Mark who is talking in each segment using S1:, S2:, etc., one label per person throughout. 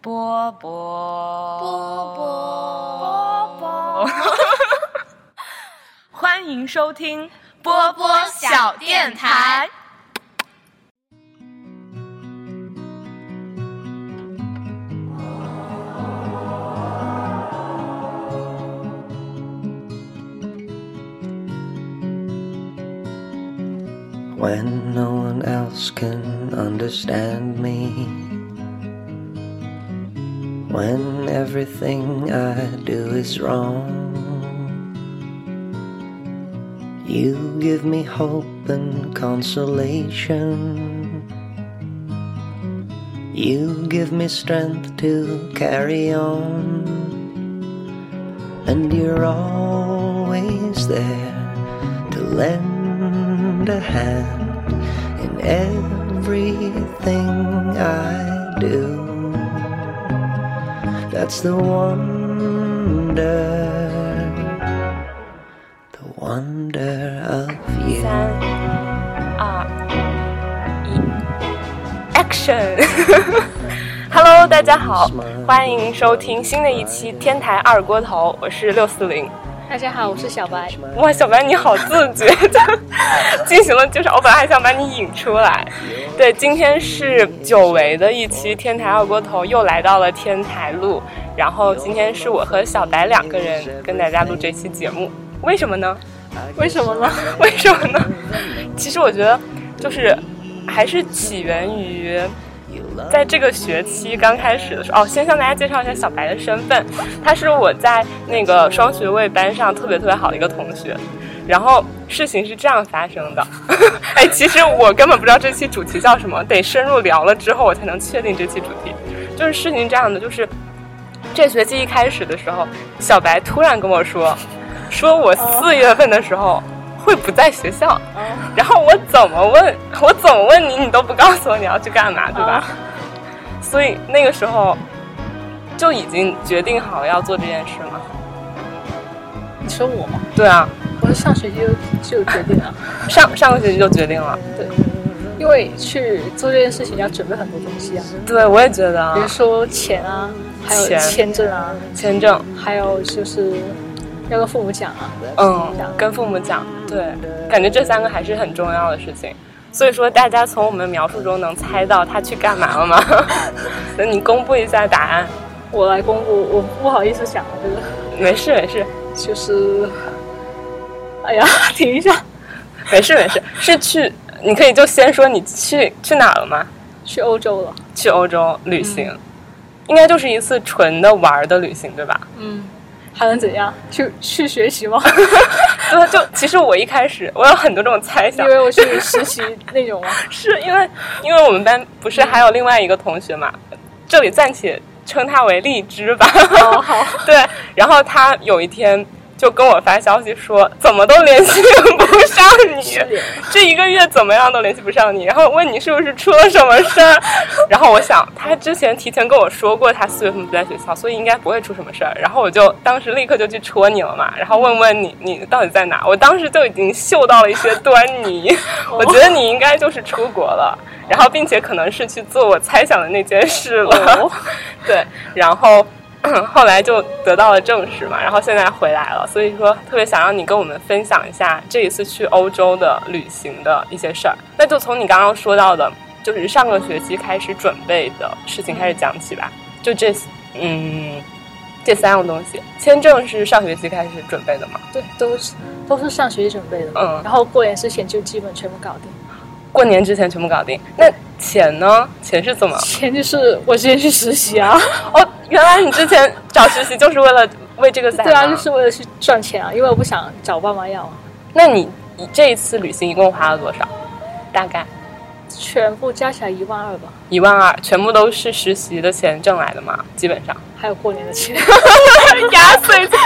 S1: 波波
S2: 波
S1: 波 波，欢迎收听波波小电台。
S3: When no one else can understand me. When everything I do is wrong. You give me hope and consolation. You give me strength to carry on. And you're always there to lend a hand in everything I do. That's the wonder, the wonder of you.
S1: 三二一，Action！
S2: Hello，大家好，欢迎收听新的一期《天台二锅头》，我是六四零。
S4: 大家好，我是小白。
S2: 哇，小白你好自觉 的进行了，就是我本来还想把你引出来。对，今天是久违的一期《天台二锅头》，又来到了天台路。然后今天是我和小白两个人跟大家录这期节目，为什么呢？
S4: 为什么呢？
S2: 为什么呢？其实我觉得，就是还是起源于在这个学期刚开始的时候。哦，先向大家介绍一下小白的身份，他是我在那个双学位班上特别特别好的一个同学。然后事情是这样发生的， 哎，其实我根本不知道这期主题叫什么，得深入聊了之后我才能确定这期主题。就是事情这样的，就是这学期一开始的时候，小白突然跟我说，说我四月份的时候会不在学校，然后我怎么问，我怎么问你，你都不告诉我你要去干嘛，对吧？所以那个时候就已经决定好要做这件事嘛。
S4: 你说我吗？
S2: 对啊，
S4: 我是上学期就就决定了，
S2: 上上个学期就决定了。
S4: 对，因为去做这件事情要准备很多东西啊，
S2: 对，我也觉得啊
S4: 比如说钱啊，还有
S2: 钱
S4: 签证啊，
S2: 签证，
S4: 还有就是要跟父母讲啊，
S2: 嗯
S4: 这样，
S2: 跟父母讲，对，感觉这三个还是很重要的事情。所以说，大家从我们描述中能猜到他去干嘛了吗？那你公布一下答案。
S4: 我来公布，我不好意思讲了，这个
S2: 没事，没事，
S4: 就是， 哎呀， 停一下，
S2: 没事，没事，是去，你可以就先说你去去哪儿了吗？
S4: 去欧洲了，
S2: 去欧洲旅
S4: 嗯
S2: 行，应该就是一次纯的玩儿的旅行，对吧？
S4: 嗯，还能怎样？去去学习 吗？
S2: 对，就其实我一开始我有很多这种猜
S4: 你以
S2: 想，
S4: 为我去实习那种吗？啊
S2: 是因为因为我们班不是还有另外一个同学嘛，这里暂且称他为荔枝吧。
S4: 哦， 好。
S2: 对，然后他有一天就跟我发消息说，怎么都联系不上你，这一个月怎么样都联系不上你，然后问你是不是出了什么事儿。然后我想，他之前提前跟我说过他四月份不在学校，所以应该不会出什么事儿。然后我就当时立刻就去戳你了嘛，然后问问你你到底在哪？我当时就已经嗅到了一些端倪，我觉得你应该就是出国了。然后，并且可能是去做我猜想的那件事了，对，然后 后来就得到了证实嘛，然后现在回来了，所以说特别想让你跟我们分享一下这一次去欧洲的旅行的一些事儿。那就从你刚刚说到的，就是上个学期开始准备的事情开始讲起吧。就这，嗯，这三样东西，签证是上学期开始准备的嘛？
S4: 对，都是都是上学期准备的，
S2: 嗯
S4: 然后过年之前就基本全部搞定。
S2: 过年之前全部搞定。那钱呢？钱是怎么？
S4: 钱就是我之前去实 习啊，
S2: 哦，原来你之前找实习就是为了为这个攒
S4: 对啊，
S2: 吗
S4: 就是为了去赚钱啊，因为我不想找爸妈要啊，
S2: 那你你这一次旅行一共花了多少？大概
S4: 全部加起来一万二吧，
S2: 一万二，全部都是实习的钱挣来的嘛，基本上。
S4: 还有过年的钱，
S2: 压岁钱，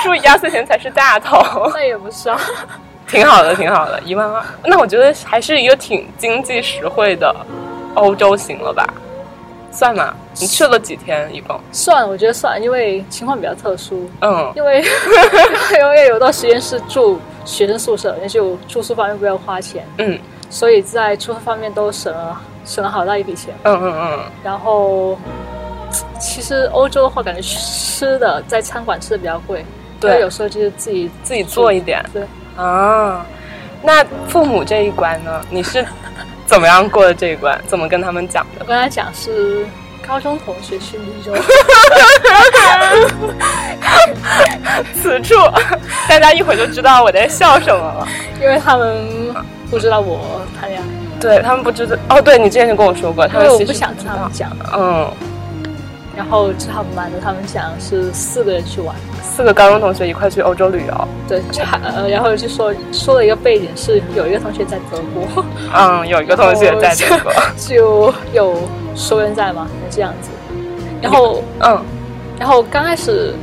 S2: 是不是压岁钱才是大头？
S4: 那也不是啊，
S2: 挺好的，挺好的，一万二。那我觉得还是一个挺经济实惠的欧洲行了吧？算吗？你去了几天一共？
S4: 算了，我觉得算了，因为情况比较特殊，
S2: 嗯，
S4: 因为 因为有到实验室住学生宿舍，也就住宿方面不要花钱，
S2: 嗯，
S4: 所以在住宿方面都省了省了好大一笔钱，
S2: 嗯嗯嗯，
S4: 然后其实欧洲的话，感觉吃的在餐馆吃的比较贵，
S2: 对
S4: 所以有时候就是自己
S2: 自己做一点
S4: 对，
S2: 啊。那父母这一关呢？你是怎么样过的这一关？怎么跟他们讲的
S4: 我？跟他讲是高中同学去 一周，
S2: 此处 大家一会儿就知道我在笑什么了。
S4: 因为他们不知道我谈恋爱，
S2: 对他们不知道哦，对你之前就跟我说啊过，他
S4: 因为
S2: 们
S4: 我
S2: 其
S4: 不
S2: 实
S4: 想
S2: 知
S4: 跟他
S2: 道
S4: 们。讲，
S2: 嗯，
S4: 然后只好瞒着他们讲是四个人去玩。
S2: 四个高中同学一块去欧洲旅游。
S4: 对，就还呃，然后就说说了一个背景是有一个同学在德国，
S2: 嗯，有一个同学在这 个。
S4: 就有熟人在嘛，这样子。然后，
S2: 嗯，
S4: 然后刚开始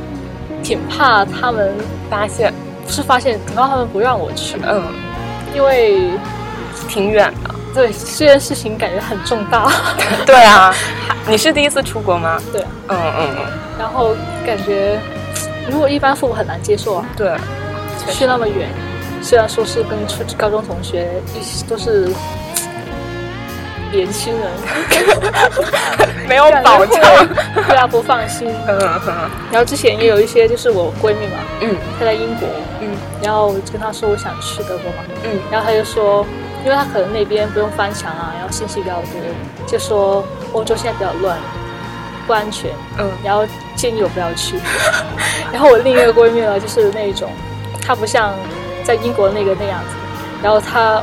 S4: 挺怕他们，
S2: 发现
S4: 是发现挺怕他们不让我去，
S2: 嗯
S4: 因为
S2: 挺远的。
S4: 对这件事情感觉很重大，
S2: 对啊，你是第一次出国吗？
S4: 对啊。
S2: 嗯嗯嗯，
S4: 然后感觉如果一般父母很难接受啊，
S2: 对，
S4: 去那么远，虽然说是跟初高中同学一起都是年轻人，
S2: 没有保障。
S4: 对啊，不放心。
S2: 嗯嗯
S4: 然后之前也有一些就是我闺蜜嘛，
S2: 嗯
S4: 她在英国，
S2: 嗯
S4: 然后我就跟她说我想去德国嘛，
S2: 嗯，
S4: 然后她就说，因为她可能那边不用翻墙啊，然后信息比较多，就说欧洲现在比较乱，不安全，
S2: 嗯，
S4: 然后建议我不要去。 然后我另一个闺蜜呢，就是那种，她不像在英国那个那样子，然后她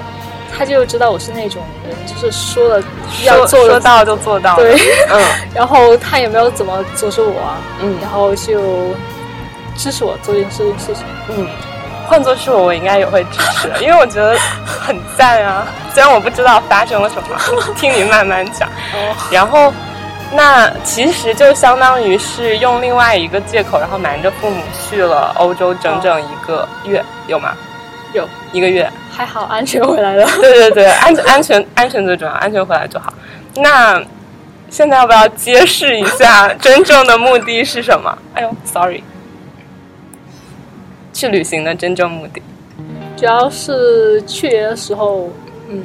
S4: 她就知道我是那种人，就是说了要
S2: 说
S4: 做
S2: 说
S4: 了，
S2: 到就做到。
S4: 对，
S2: 嗯
S4: 然后她也没有怎么阻止我啊，
S2: 嗯
S4: 然后就支持我做这件事事情。
S2: 嗯。换做是我，我应该也会支持，因为我觉得很赞啊。虽然我不知道发生了什么， 听你慢慢讲。
S4: 哦，
S2: 然后，那其实就相当于是用另外一个借口，然后瞒着父母去了欧洲整整一个月，有吗？
S4: 有，
S2: 一个月。
S4: 还好安全回来了。
S2: 对对对，安全安全安全最重要，安全回来就好。那现在要不要揭示一下真正的目的是什么？哎呦，sorry，去旅行的真正目的。
S4: 主要是去年的时候，
S2: 嗯，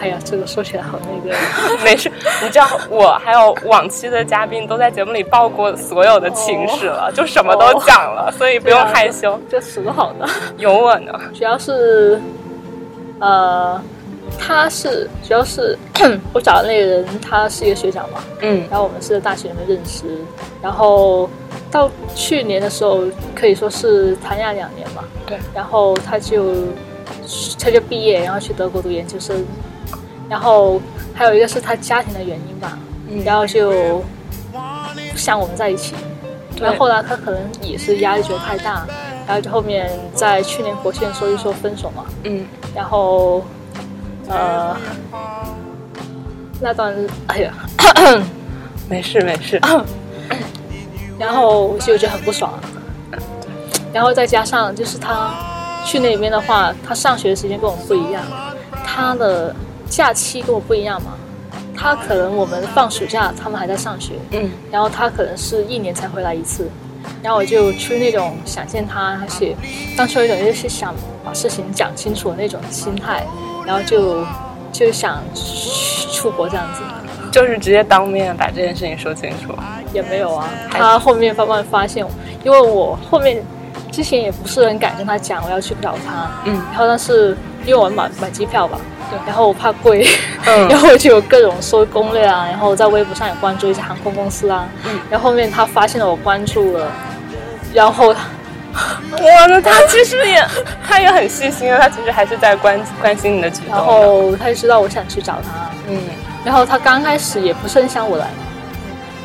S4: 哎呀，这个说起来好那个。
S2: 没事，你知道我还有往期的嘉宾都在节目里报过所有的情
S4: 哦
S2: 史了，就什么都讲了， 所以不
S4: 啊
S2: 用害羞，
S4: 这词都好的，
S2: 有我呢。
S4: 主要是，呃，他是主要是 我找的那个人，他是一个学长嘛，
S2: 嗯
S4: 然后我们是在大学里面认识，然后到去年的时候可以说是谈恋爱两年嘛，
S2: 对，
S4: 然后他就他就毕业，然后去德国读研究生，然后还有一个是他家庭的原因吧，
S2: 嗯
S4: 然后就不想我们在一起，
S2: 对
S4: 然后后来他可能也是压力觉得太大，然后就后面在去年国庆的时候就说分手嘛，
S2: 嗯，
S4: 然后呃那段哎呀，
S2: 没事没事，
S4: 然后就觉得很不爽，然后再加上就是他去那边的话，他上学的时间跟我不一样，他的假期跟我不一样嘛，他可能我们放暑假，他们还在上学，
S2: 嗯
S4: 然后他可能是一年才回来一次，然后我就出于那种想见他，而且当初有一种就是想把事情讲清楚的那种心态，然后就就想出国这样子，
S2: 就是直接当面把这件事情说清楚。
S4: 也没有啊。他后面慢慢发现我，因为我后面之前也不是很敢跟他讲我要去找他，
S2: 嗯
S4: 然后但是因为我买买机票吧，
S2: 对
S4: 然后我怕贵，
S2: 嗯
S4: 然后我就有各种搜攻略啊，然后在微博上也关注一些航空公司啊，
S2: 嗯
S4: 然后后面他发现了我关注了，然后
S2: 哇，那他其实也，他也很细心啊，他其实还是在关关心你的举动的。
S4: 然后他就知道我想去找他，
S2: 嗯，
S4: 然后他刚开始也不是很想我来，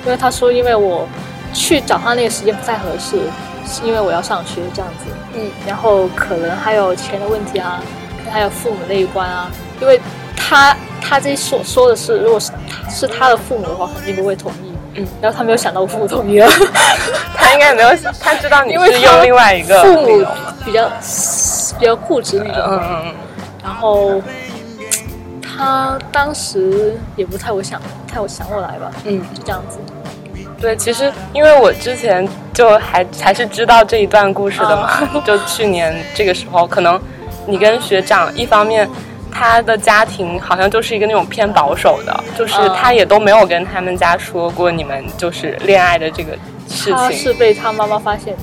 S4: 因为他说因为我去找他那个时间不太合适，是因为我要上学这样子。
S2: 嗯，
S4: 然后可能还有钱的问题啊，还有父母那一关啊，因为他他这所说的是，如果是他是他的父母的话，肯定不会同意。
S2: 嗯，
S4: 然后他没有想到我父母同 意了，
S2: 他应该没有，他知道你
S4: 因为
S2: 是
S4: 他
S2: 用另外一个
S4: 父
S2: 理
S4: 母
S2: 由嘛。
S4: 比较比较固执那种。
S2: 嗯嗯嗯，
S4: 然后他当时也不太我想太我想我来吧，
S2: 嗯
S4: 就这样子。
S2: 对，其实因为我之前就还还是知道这一
S4: 啊
S2: 段故事的嘛，就去年这个时候，可能你跟学长一方面。他的家庭好像就是一个那种偏保守的，就是
S4: 嗯
S2: 他也都没有跟他们家说过你们就是恋爱的这个事
S4: 他
S2: 情。
S4: 是被他妈妈发现的，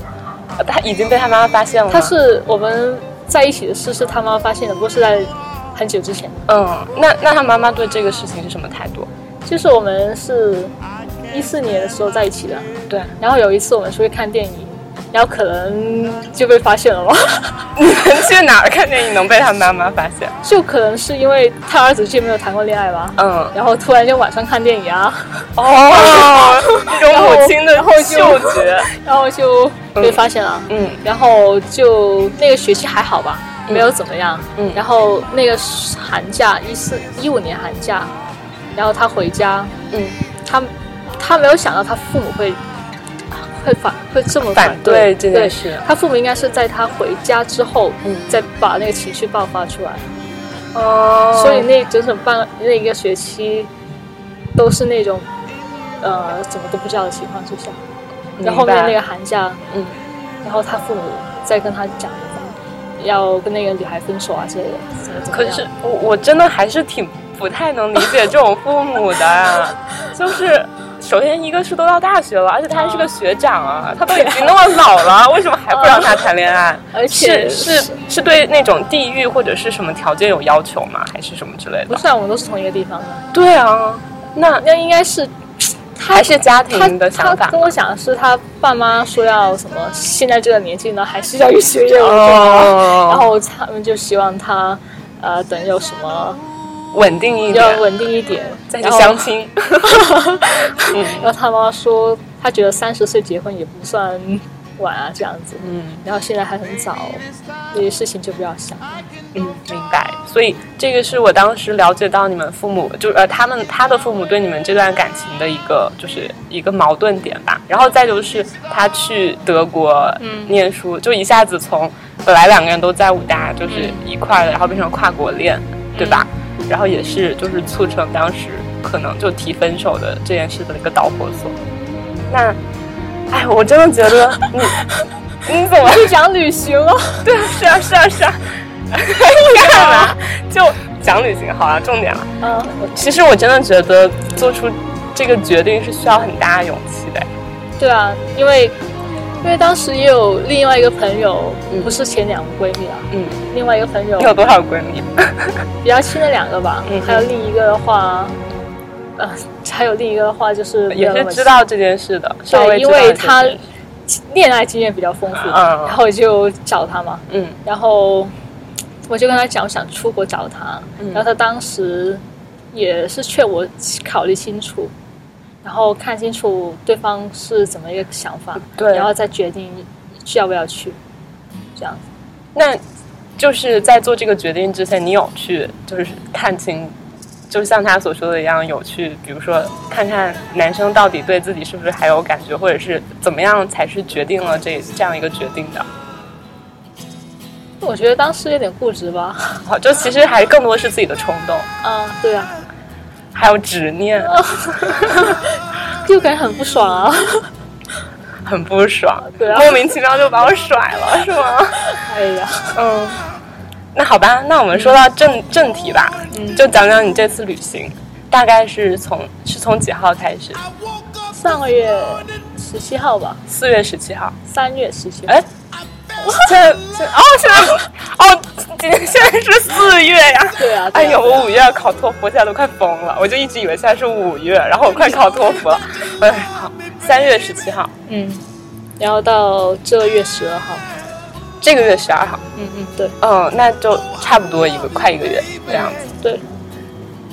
S2: 呃他已经被他妈妈发现了吗。
S4: 他是我们在一起的事是他妈妈发现的，不过是在很久之前。
S2: 嗯，那那他妈妈对这个事情是什么态度？
S4: 就是我们是一四年的时候在一起的，
S2: 对，
S4: 然后有一次我们出去看电影，然后可能就被发现了吧，
S2: 你们去哪儿看电影能被他妈妈发现？
S4: 就可能是因为他儿子之前没有谈过恋爱吧，
S2: 嗯，
S4: 然后突然就晚上看电影啊，
S2: 哦，有母亲的嗅觉，
S4: 然后就被发现了，
S2: 嗯
S4: 然后就那个学期还好吧，
S2: 嗯
S4: 没有怎么样，
S2: 嗯
S4: 然后那个寒假一四一五年寒假，然后他回家，
S2: 嗯，
S4: 他他没有想到他父母会会反会这么
S2: 反对
S4: 对
S2: 这件事
S4: 他父母应该是在他回家之后，
S2: 嗯
S4: 再把那个情绪爆发出来，
S2: 哦
S4: 所以那整整半那一个学期都是那种呃怎么都不知道的情况之下，然后后面那个，寒假，
S2: 嗯，
S4: 然后他父母再跟他讲。要跟那个女孩分手啊之类的，怎么怎么
S2: 可
S4: 样
S2: 是我我真的还是挺不太能理解这种父母的、啊， 就是。首先，一个是都到大学了，而且他还是个学长啊，
S4: 哦
S2: 他都已经那么老
S4: 啊
S2: 了，为什么还不让他谈恋爱？
S4: 而且
S2: 是是是对那种地域或者是什么条件有要求吗？还是什么之类
S4: 不
S2: 的？
S4: 算我们都是同一个地方的，
S2: 对啊，那
S4: 那应该是他
S2: 还是家
S4: 他
S2: 庭的想
S4: 他
S2: 法
S4: 跟。我讲的是他爸妈说要什么，现在这个年纪呢还是要去 学业为重
S2: 哦
S4: 然后他们就希望他呃等有什么
S2: 稳定一
S4: 比较
S2: 点，
S4: 稳定一点
S2: 再去
S4: 然后
S2: 相。亲。
S4: 然后他妈妈说，他觉得三十岁结婚也不算晚啊，这样子。
S2: 嗯
S4: 然后现在还很早，这些事情就不要想。
S2: 嗯，明白。所以这个是我当时了解到你们父母，就呃他们他的父母对你们这段感情的一个就是一个矛盾点吧。然后再就是他去德国念书，就一下子从本来两个人都在武大就是一块儿的，然后变成跨国恋，对吧？然后也是就是促成当时可能就提分手的这件事的一个导火索。那，哎，我真的觉得你你怎么
S4: 就讲旅行哦，
S2: 对啊，是啊，是啊，是啊， 干嘛？就讲旅行好啊，重点了。
S4: 嗯，
S2: 其实我真的觉得做出这个决定是需要很大的勇气的。
S4: 对啊，因为因为当时也有另外一个朋友，
S2: 嗯
S4: 不是前两个闺蜜啊，
S2: 嗯，
S4: 另外一个朋友
S2: 你有多少闺蜜？
S4: 比较亲的两个吧，
S2: 嗯
S4: 还有另一个的话，呃，还有另一个的话就是没
S2: 也
S4: 有那
S2: 是
S4: 么
S2: 知道这件事的，稍微
S4: 对，
S2: 知
S4: 因
S2: 道这件
S4: 为
S2: 事
S4: 他恋爱经验比较丰富，
S2: 嗯
S4: 然后我就找他嘛，
S2: 嗯
S4: 然后我就跟他讲我想出国找他，
S2: 嗯
S4: 然后他当时也是劝我考虑清楚。然后看清楚对方是怎么一个想法，
S2: 对
S4: 然后再决定要不要去，这样子。
S2: 那就是在做这个决定之前，你有去就是看清，就是像他所说的一样，有去比如说看看男生到底对自己是不是还有感觉，或者是怎么样才是决定了这这样一个决定的。
S4: 我觉得当时有点固执吧，
S2: 好，就其实还更多是自己的冲动，
S4: 嗯，对啊，
S2: 还有执念，
S4: 就感觉很不爽啊。
S2: 很不爽，
S4: 对啊
S2: 莫名其妙就把我甩了，是吗？
S4: 哎呀，
S2: 嗯，那好吧，那我们说到正正题吧，
S4: 嗯
S2: 就讲讲你这次旅行，大概是从是从几号开始？
S4: 上个月十七号吧，
S2: 四月十七 号。
S4: 三月十七号
S2: 哎，现在现在哦，现在哦，今天现在是四月呀。
S4: 对啊，
S2: 哎
S4: 对啊
S2: 呦，我五月要考托福，现在都快疯了。我就一直以为现在是五月，然后我快考托福了。哎，好，三月十七号，
S4: 嗯，然后到这个月十二号，
S2: 这个月十二号。
S4: 嗯嗯，对
S2: 嗯，那就差不多一个快一个月这样子。
S4: 对，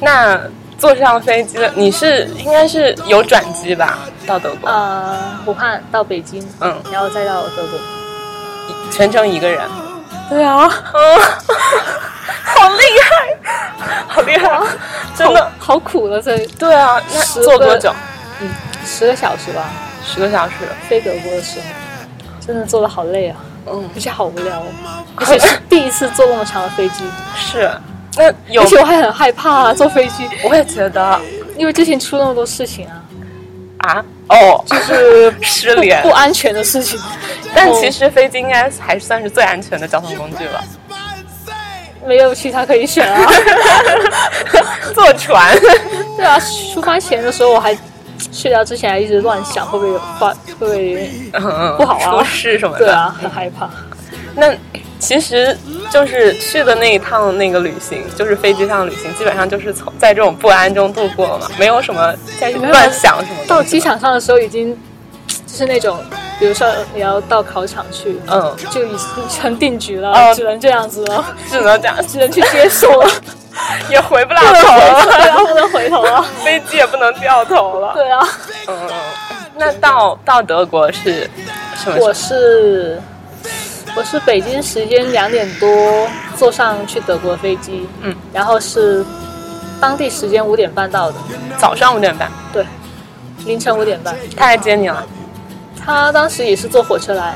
S2: 那坐上飞机了，你是应该是有转机吧？到德国，
S4: 呃，武汉到北京，
S2: 嗯，
S4: 然后再到德国，
S2: 全程一个 人，
S4: 对啊，
S2: 嗯，好厉害， 好厉害，真的。
S4: 好苦的，这
S2: 对啊，那
S4: 哦十
S2: 坐
S4: 个
S2: 多久？
S4: 十个小时吧，
S2: 十个小时。
S4: 飞德国的时候，真的坐的好累啊，
S2: 嗯，
S4: 而且好无聊哦， 而且是第一次坐那么长的飞机，
S2: 是。那有
S4: 而，且我还很害怕啊，坐飞机，
S2: 我也觉得
S4: 因为之前出那么多事情啊，
S2: 啊，哦， 就是失联
S4: 不。哦安全的事情，
S2: 但其实飞机应该还算是最安全的交通工具了。
S4: 没有其他可以选 啊。
S2: 坐船，
S4: 对啊，出发前的时候我还睡觉之前还一直乱想会不会有发，会不会
S2: 不
S4: 不好啊
S2: 嗯出事什么的。
S4: 对啊，很害怕。
S2: 那其实就是去的那一趟那个旅行，就是飞机上的旅行，基本上就是从在这种不安中度过嘛，没有什么再去
S4: 没有啊
S2: 乱想什么。
S4: 到机，场上的时候已经就是那种，比如说你要到考场去，
S2: 嗯，
S4: 就已经成定局了，
S2: 哦
S4: 只能这样子了，
S2: 只能这样，
S4: 只能去接受了，
S2: 也回不了
S4: 不
S2: 头
S4: 能回头，
S2: 了，
S4: 然后不能回头了。
S2: 飞机也不能掉头了。
S4: 对啊，
S2: 嗯，那到到德国是什么时候？
S4: 我是我是北京时间两点多坐上去德国飞机，
S2: 嗯，
S4: 然后是当地时间五点半到的，
S2: 早上五点半，
S4: 对，凌晨五点半。
S2: 他来接你了。
S4: 他当时也是坐火车来，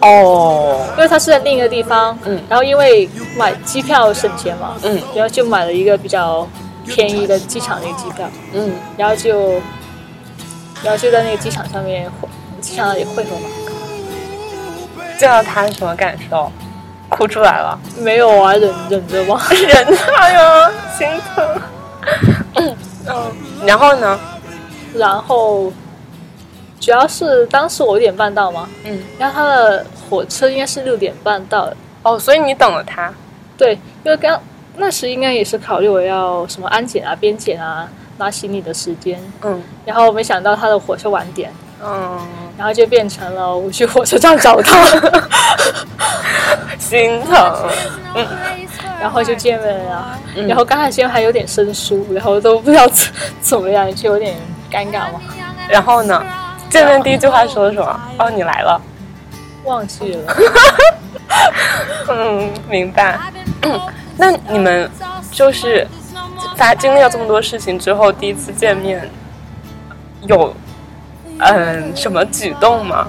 S2: 哦，
S4: 因为他是在另一个地方，
S2: 嗯
S4: 然后因为买机票省钱嘛，
S2: 嗯
S4: 然后就买了一个比较便宜的机场那个机票，
S2: 嗯，
S4: 然后就，然后就在那个机场上面汇，机场那里汇合嘛。
S2: 见到他是什么感受？哭出来了，
S4: 没有啊，忍忍着吧。
S2: 人他呀，心疼。 嗯，然后呢？
S4: 然后，主要是当时我五点半到嘛，
S2: 嗯，
S4: 然后他的火车应该是六点半到的，
S2: 哦，所以你等了他。
S4: 对，因为刚那时应该也是考虑我要什么安检啊、边检啊、拿行李的时间，
S2: 嗯
S4: 然后没想到他的火车晚点，
S2: 嗯，
S4: 然后就变成了我去火车站找他，
S2: 心疼。
S4: 然后就见面了。
S2: 嗯
S4: 然后刚开始还有点生疏，然后都不知道怎怎么样，就有点尴尬嘛，
S2: 然后呢？见面第一句话说什么？哦，你来了。
S4: 忘记了。
S2: 嗯，明白。 那你们就是发经历了这么多事情之后，第一次见面有嗯什么举动吗？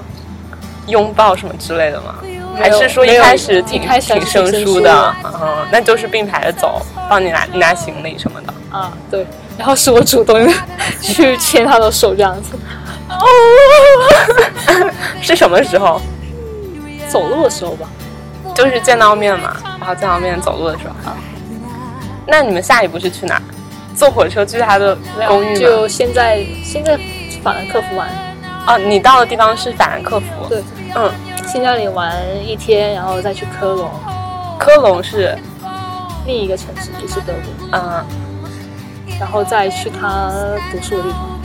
S2: 拥抱什么之类的吗？还是说一开始挺
S4: 一开始还
S2: 挺
S4: 是
S2: 生
S4: 挺生
S2: 疏
S4: 疏
S2: 的
S4: 的？
S2: 嗯，那就是并排着走，帮你拿拿行李什么的。
S4: 啊，对，然后是我主动去牵他的手这样子，
S2: 哦，是什么时候？
S4: 走路的时候吧，
S2: 就是见到面嘛，然后见到面走路的时候。那你们下一步是去哪儿？坐火车去他的
S4: 没有
S2: 公寓吗？
S4: 就先在先在法兰克福玩，
S2: 哦，你到的地方是法兰克福。
S4: 对，
S2: 嗯，
S4: 先在那里玩一天，然后再去科隆，
S2: 科隆是，
S4: 另一个城市也是德国，
S2: 嗯，
S4: 然后再去他读书的地方。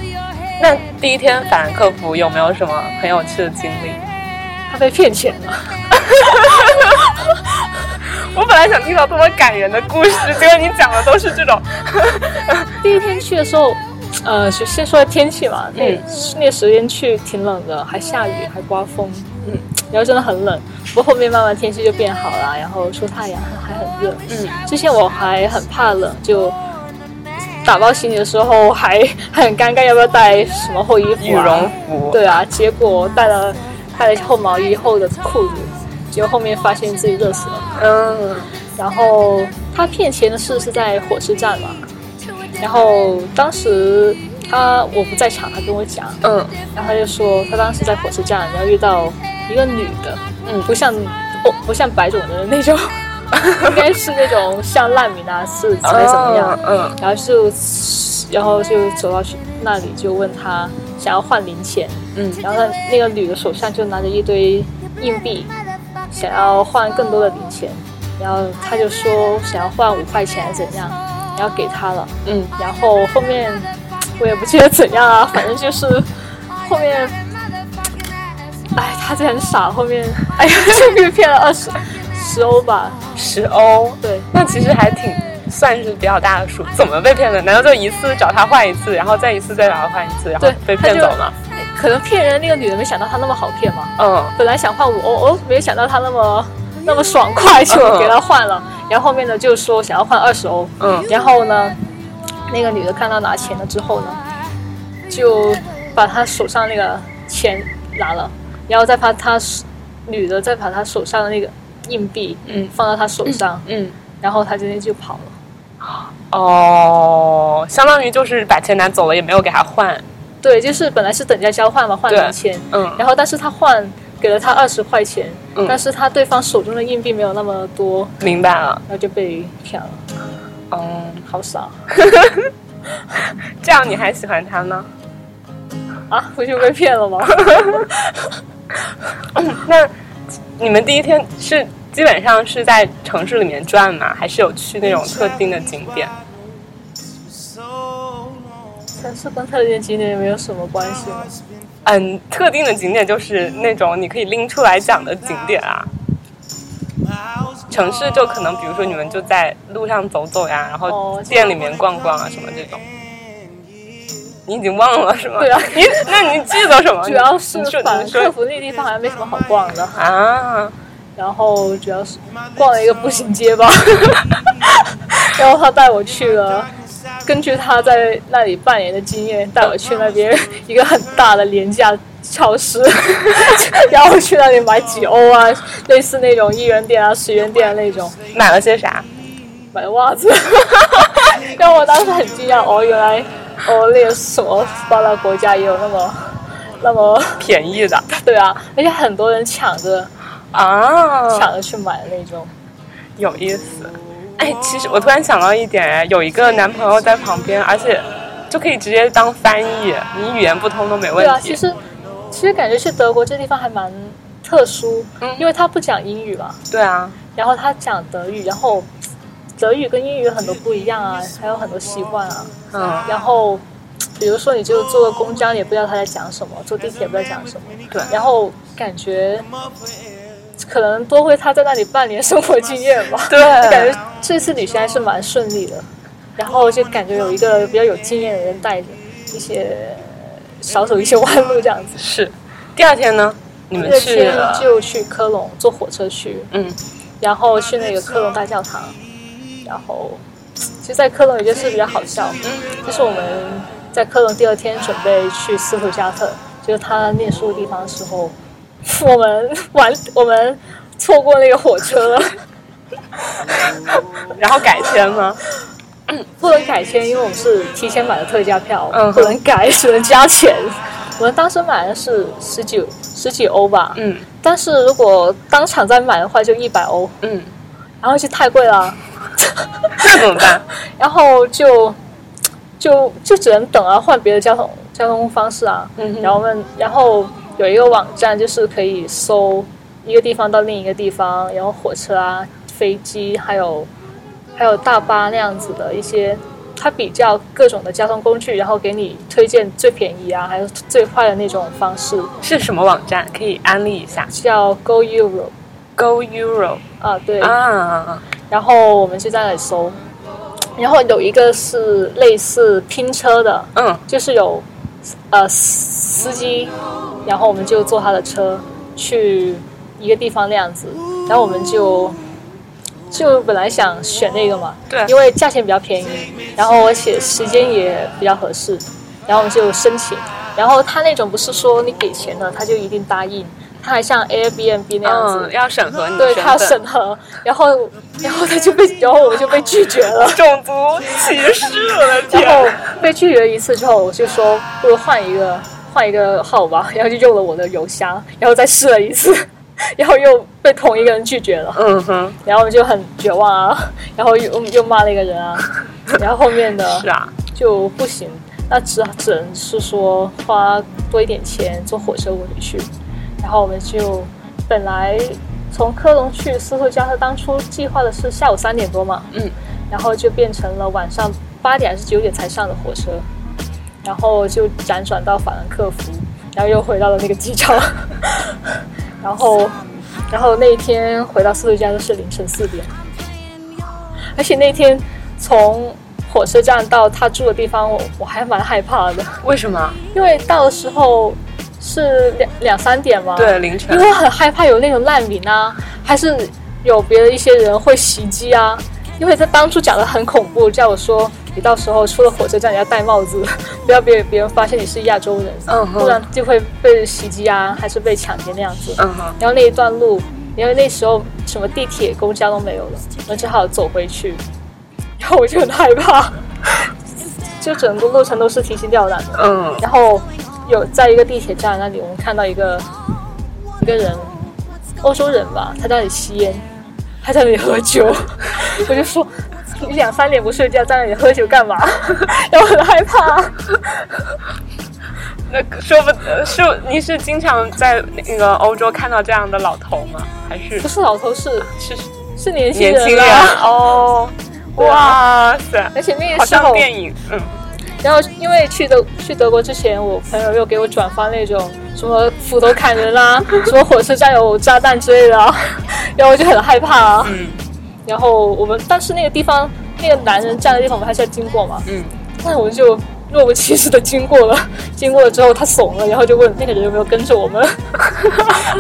S2: 那第一天法兰克福有没有什么很有趣的经历？
S4: 他被骗钱了，
S2: 我本来想听到这么感人的故事，结果你讲的都是这种，
S4: 第一天去的时候。呃，就先说天气嘛，那、
S2: 嗯
S4: 那时间去挺冷的，还下雨，还刮风，
S2: 嗯，
S4: 然后真的很冷。不过后面慢慢天气就变好了，然后出太阳还很热，
S2: 嗯，
S4: 之前我还很怕冷，就打包行李的时候还 还很尴尬，要不要带什么厚衣服、啊？
S2: 羽绒。服。
S4: 对啊，结果带了带了厚毛衣、厚的裤子，结果后面发现自己热死了。
S2: 嗯，
S4: 然后他骗钱的事是在火车站嘛，然后当时他我不在场，他跟我讲，
S2: 嗯
S4: 然后他就说他当时在火车站，然后遇到一个女的，
S2: 嗯
S4: 不像不不像白种人的 那种，应该是那种像难民啊，是怎么怎么样，
S2: 嗯
S4: 然后就然后就走到去那里就问他想要换零钱，
S2: 嗯
S4: 然后那那个女的手上就拿着一堆硬币，想要换更多的零钱，然后他就说想要换五块钱还是怎样，然后给他了。
S2: 嗯
S4: 然后后面我也不记得怎样啊，反正就是后面，哎，他真的很傻，后 面哎呀就被骗了二十十欧吧，
S2: 嗯，十欧。
S4: 对，
S2: 那其实还挺算是比较大的数，怎么被骗的？难道就一次找他换一次，然后再一次再找他换一次，然后
S4: 对
S2: 被骗走了？
S4: 可能骗人那个女的没想到他那么好骗嘛，
S2: 嗯
S4: 本来想换五欧，哦，没有想到他那么那么爽快就给他换了，然后后面呢就说想要换二十欧，
S2: 嗯
S4: 然后呢，那个女的看到拿钱了之后呢，就把她手上那个钱拿了，然后再把她女的再把她手上的那个硬币
S2: 嗯
S4: 放到她手上，
S2: 嗯。
S4: 然后她直接就跑了。
S2: 哦，相当于就是把钱拿走了，也没有给他换。
S4: 对，就是本来是等价交换嘛，换
S2: 对
S4: 零钱，
S2: 嗯
S4: 然后但是她换给了他二十块钱，
S2: 嗯
S4: 但是他对方手中的硬币没有那么多，
S2: 明白了，
S4: 然后就被骗了，
S2: 嗯，
S4: 好傻
S2: 这样你还喜欢他吗？
S4: 啊！不就被 骗了吗？
S2: 那你们第一天是基本上是在城市里面转吗？还是有去那种特定的景点？
S4: 城市跟特定景点没有什么关系吗？
S2: 嗯，特定的景点就是那种你可以拎出来讲的景点啊。城市就可能，比如说你们就在路上走走呀，然后
S4: 哦
S2: 店里面逛逛啊，什么这种。你已经忘了是吗？
S4: 对 啊
S2: 你 那你记得什么？
S4: 主要是
S2: 你说
S4: 反
S2: 你
S4: 正克
S2: 说
S4: 服那地方好像没什么好逛的，
S2: 啊，
S4: 然后主要是逛了一个步行街吧， 然后他带我去了，根据他在那里半年的经验，带我去那边一个很大的廉价超市， 然后去那里买几欧啊，类似那种一元店啊、十元店啊那种，
S2: 买了些啥？
S4: 买袜子， 让我当时很惊讶，哦，原来哦那个什么发达国家也有那么那么
S2: 便宜的
S4: 对啊，而且很多人抢着
S2: 啊，
S4: 抢着去买的那种。
S2: 有意思。哎，其实我突然想到一点，哎，有一个男朋友在旁边，而且就可以直接当翻译，你语言不通都没问
S4: 对啊，
S2: 题
S4: 其。实其实感觉去德国这地方还蛮特殊，
S2: 嗯
S4: 因为他不讲英语嘛，
S2: 对啊，
S4: 然后他讲德语，然后德语跟英语有很多不一样啊，还有很多习惯啊，
S2: 嗯，
S4: 然后。比如说，你就坐个公交，你也不知道他在讲什么；坐地铁也不知道讲什么。
S2: 对
S4: 然后感觉可能多亏他在那里半年生活经验吧。
S2: 对啊
S4: 就感觉这次旅行还是蛮顺利的，然后就感觉有一个比较有经验的人带着，一些少走一些弯路这样子。
S2: 是。第二天呢，你们
S4: 那
S2: 去
S4: 天
S2: 了，
S4: 就去科隆坐火车去，
S2: 嗯，
S4: 然后去那个科隆大教堂，然后其实，在科隆有件事比较好笑，
S2: 嗯
S4: 就是我们在科隆第二天准备去斯图加特，就是他念书的地方的时候，我们晚我们错过那个火车了。
S2: 然后改签吗？
S4: 不能改签，因为我们是提前买的特价票，
S2: 嗯哼
S4: 不能改，只能 加钱。我们当时买的是十九十几欧吧，
S2: 嗯
S4: 但是如果当场再买的话就一百欧，
S2: 嗯，
S4: 然后就太贵了，
S2: 那怎么办？
S4: 然后就就就只能等啊，换别的交通交通方式啊。
S2: 嗯哼
S4: 然后问，然后有一个网站就是可以搜一个地方到另一个地方，然后火车啊、飞机，还有还有大巴那样子的一些，它比较各种的交通工具，然后给你推荐最便宜啊，还有最快的那种方式，
S2: 是什么网站？可以安利一下
S4: 叫 Go Euro
S2: ？Go Euro
S4: 啊，对。
S2: 啊，
S4: 然后我们就在那里搜，然后有一个是类似拼车的，
S2: 嗯
S4: 就是有呃司司机，然后我们就坐他的车去一个地方那样子，然后我们就就本来想选那个嘛，
S2: 对
S4: 因为价钱比较便宜，然后而且时间也比较合适，然后我们就申请，然后他那种不是说你给钱了他就一定答应，他还像 Airbnb 那样子。
S2: 嗯，要审核你的
S4: 对
S2: 身
S4: 他
S2: 份
S4: 审核，然后，然后他就被，然后我就被拒绝了。
S2: 种族歧视，我的天！
S4: 然后被拒绝一次之后，我就说不如换一个换一个号吧， 然后就用了我的邮箱，然后再试了一次， 然后又被同一个人拒绝了，
S2: 嗯哼，
S4: 然后我就很绝望啊，然后又又骂那个人啊，然后后面的
S2: 是啊，
S4: 就不行，那只只能是说花多一点钱坐火车回去，然后我们就本来从科隆去斯图加特，当初计划的是下午三点多嘛，
S2: 嗯，
S4: 然后就变成了晚上八点还是九点才上的火车，然后就辗转到法兰克福，然后又回到了那个机场，然后然后那一天回到斯图加特是凌晨四点，而且那天从火车站到他住的地方，我我还蛮害怕的，
S2: 为什么？
S4: 因为到的时候是两两三点嘛，
S2: 对，凌
S4: 因
S2: 晨
S4: 为我很害怕有那种难民啊，还是有别的一些人会袭击啊。因为他当初讲的很恐怖，叫我说你到时候出了火车站你要戴帽子， 不要被别人发现你是亚洲人，
S2: 嗯哼
S4: 不然就会被袭击啊，还是被抢劫那样子。
S2: 嗯哼，
S4: 然后那一段路，因为那时候什么地铁、公交都没有了，我只好走回去。然后我就很害怕，就整个路程都是提心吊胆的。
S2: 嗯
S4: 然后有在一个地铁站那里，我们看到一个一个人，欧洲人吧，他在那里吸烟，还在那里喝酒， 我就说你两三点不睡觉，在那里喝酒干嘛？ 然后很害怕。
S2: 那说不呃是你是经常在那个欧洲看到这样的老头吗？还是
S4: 不是老头，是
S2: 是
S4: 是年轻
S2: 年轻
S4: 人
S2: 人
S4: 啊。
S2: 哦？
S4: 对啊
S2: 哇塞，
S4: 而且那
S2: 好
S4: 个时
S2: 像
S4: 候，
S2: 电影，嗯，
S4: 然后因为去德去德国之前，我朋友又给我转发那种什么斧头砍人啦、什么火车站有炸弹之类的、啊，然后我就很害怕啊。
S2: 嗯
S4: 然后我们，但是那个地方，那个男人站的地方，我们还是要经过嘛。
S2: 嗯，
S4: 那我们就若无其事的经过了，经过了之后他怂了，然后就问那个人有没有跟着我们，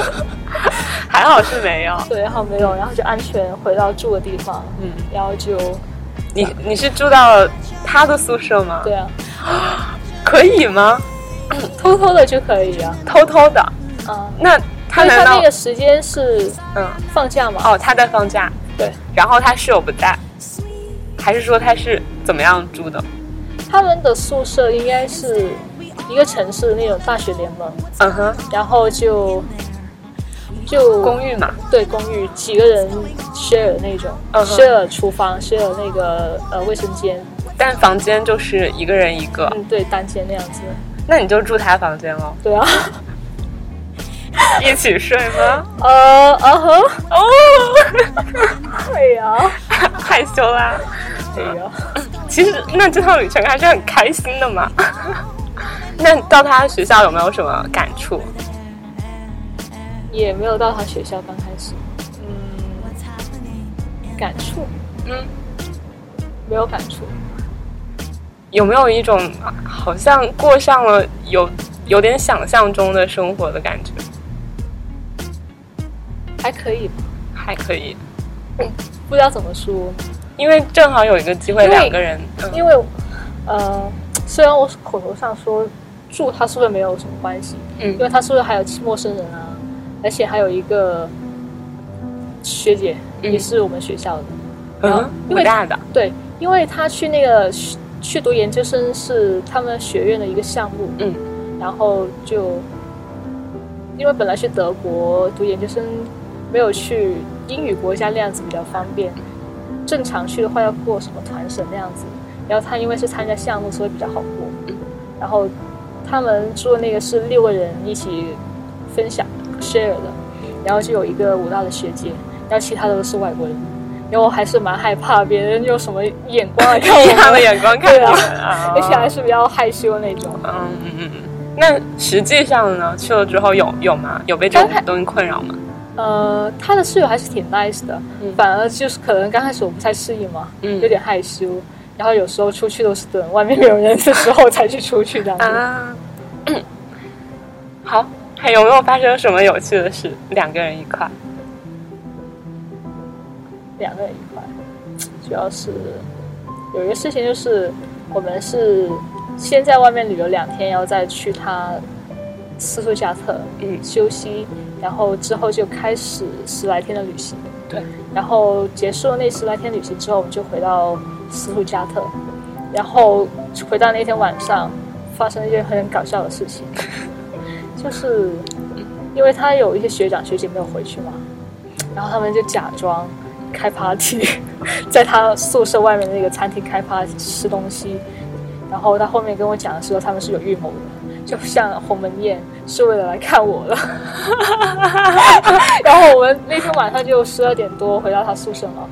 S2: 还好是没有。
S4: 对，然后没有，然后就安全回到住的地方，
S2: 嗯，
S4: 然后就
S2: 你你是住到他的宿舍吗？
S4: 对，啊，
S2: 可以吗？
S4: 偷偷的就可以啊，
S2: 偷偷的？
S4: 啊，
S2: 那他
S4: 因为
S2: 难
S4: 他
S2: 道
S4: 那个时间是
S2: 嗯
S4: 放假嘛？
S2: 哦他在放假，
S4: 对，
S2: 然后他室友不在，还是说他是怎么样住的？
S4: 他们的宿舍应该是一个城市那种大学联盟，
S2: 嗯哼，
S4: 然后就就
S2: 公寓嘛，
S4: 对公寓几个人 share 那种、
S2: 嗯哼
S4: share 厨房 share 那个呃卫生间，
S2: 但房间就是一个人一个，
S4: 嗯，对单间那样子，
S2: 那你就住他房间喽，
S4: 对啊，
S2: 嗯 一起睡吗？
S4: 呃啊哈，
S2: 哦，
S4: 哎呀，
S2: 害羞啦。
S4: 哎呀，
S2: 其实那这趟旅程还是很开心的嘛。 那你到他学校有没有什么感触？
S4: 也没有到他学校刚开始，嗯，感触
S2: 嗯，
S4: 没有感触，
S2: 有没有一种好像过上了有有点想象中的生活的感觉？
S4: 还可以吧，
S2: 还可以，
S4: 不知道怎么说，
S2: 因为正好有一个机会，
S4: 因为
S2: 两个人，嗯
S4: 因为呃，虽然我口头上说住他宿舍没有什么关系，因
S2: 嗯
S4: 为他宿舍还有陌生人啊，而且还有一个学姐、
S2: 嗯
S4: 也是我们学校的，然后
S2: 嗯，
S4: 因
S2: 武
S4: 为
S2: 大的，
S4: 对，因为他去那个去去读研究生是他们学院的一个项目，
S2: 嗯，
S4: 然后就因为本来去德国读研究生，没有去英语国家那样子比较方便，正常去的话要过什么团审那样子，然后他因为是参加项目，所以比较好过，
S2: 嗯，
S4: 然后他们住的那个是六个人一起分享 share 的，然后就有一个武大的学姐，然后其他的都是外国人。因为我还是蛮害怕别人用什么眼光来 看我
S2: 异样的
S4: 们，
S2: 眼光看
S4: 对
S2: 你
S4: 啊
S2: 们啊，
S4: 而且还是比较害羞那种。
S2: 嗯嗯嗯。嗯那实际上呢，去了之后有有吗？有被这
S4: 刚开
S2: 种东西困扰吗？
S4: 呃，他的室友还是挺 nice 的，
S2: 嗯
S4: 反而就是可能刚开始我不太适应嘛，
S2: 嗯
S4: 有点害羞，然后有时候出去都是等外面没有人的时候才去出去这样子。
S2: 啊， 好，还有没有发生什么有趣的事？两个人一块，
S4: 两个人一块，主要是有一个事情就是我们是先在外面旅游两天，然后再去他斯图加特
S2: 嗯
S4: 休息，然后之后就开始十来天的旅行。
S2: 对，
S4: 然后结束了那十来天旅行之后，我们就回到斯图加特，然后回到那天晚上，发生了一件很搞笑的 事情，就是因为他有一些学长学姐没有回去嘛，然后他们就假装开 party，在 他宿舍外面的那个餐厅开 party 吃东西，然后他后面跟我讲的时候，他们是有预谋的，就像鸿门宴是为了 来看我的。然后我们那天晚上就十二点多回到他宿舍嘛，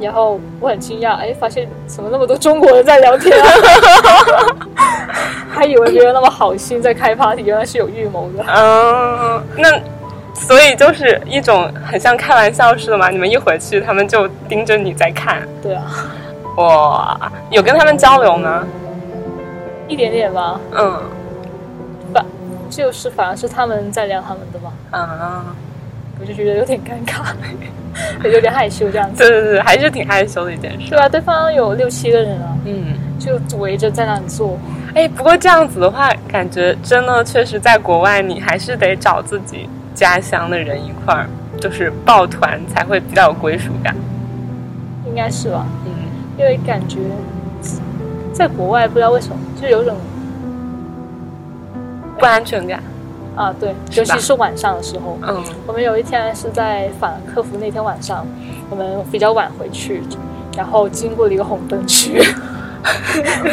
S4: 然后我很惊讶，哎，发现怎么那么多中国人在聊天啊？ 还以为别人那么好心在开 party，原来是有预谋的。
S2: 嗯，那所以就是一种很像开玩笑似的嘛。你们一回去，他们就盯着你在看，
S4: 对啊，
S2: 哇，有跟他们交流吗？
S4: 一点点吧，
S2: 嗯
S4: 反就是反而是他们在聊他们的嘛，
S2: 啊，
S4: 我就觉得有点尴尬， 有点害羞这样子。
S2: 对对对，还是挺害羞的一件事。
S4: 对啊，对方有六七个人啊，
S2: 嗯，
S4: 就围着在那里坐。
S2: 哎，不过这样子的话，感觉真的确实在国外，你还是得找自己家乡的人一块儿，就是抱团才会比较有归属感。
S4: 应该是吧，
S2: 嗯。
S4: 因为感觉在国外不知道为什么就有种
S2: 不安全感。
S4: 啊，对，尤
S2: 吧
S4: 其是晚上的时候。
S2: 嗯
S4: 我们有一天是在法兰克福那天晚上，我们比较晚回去，然后经过了一个红灯区，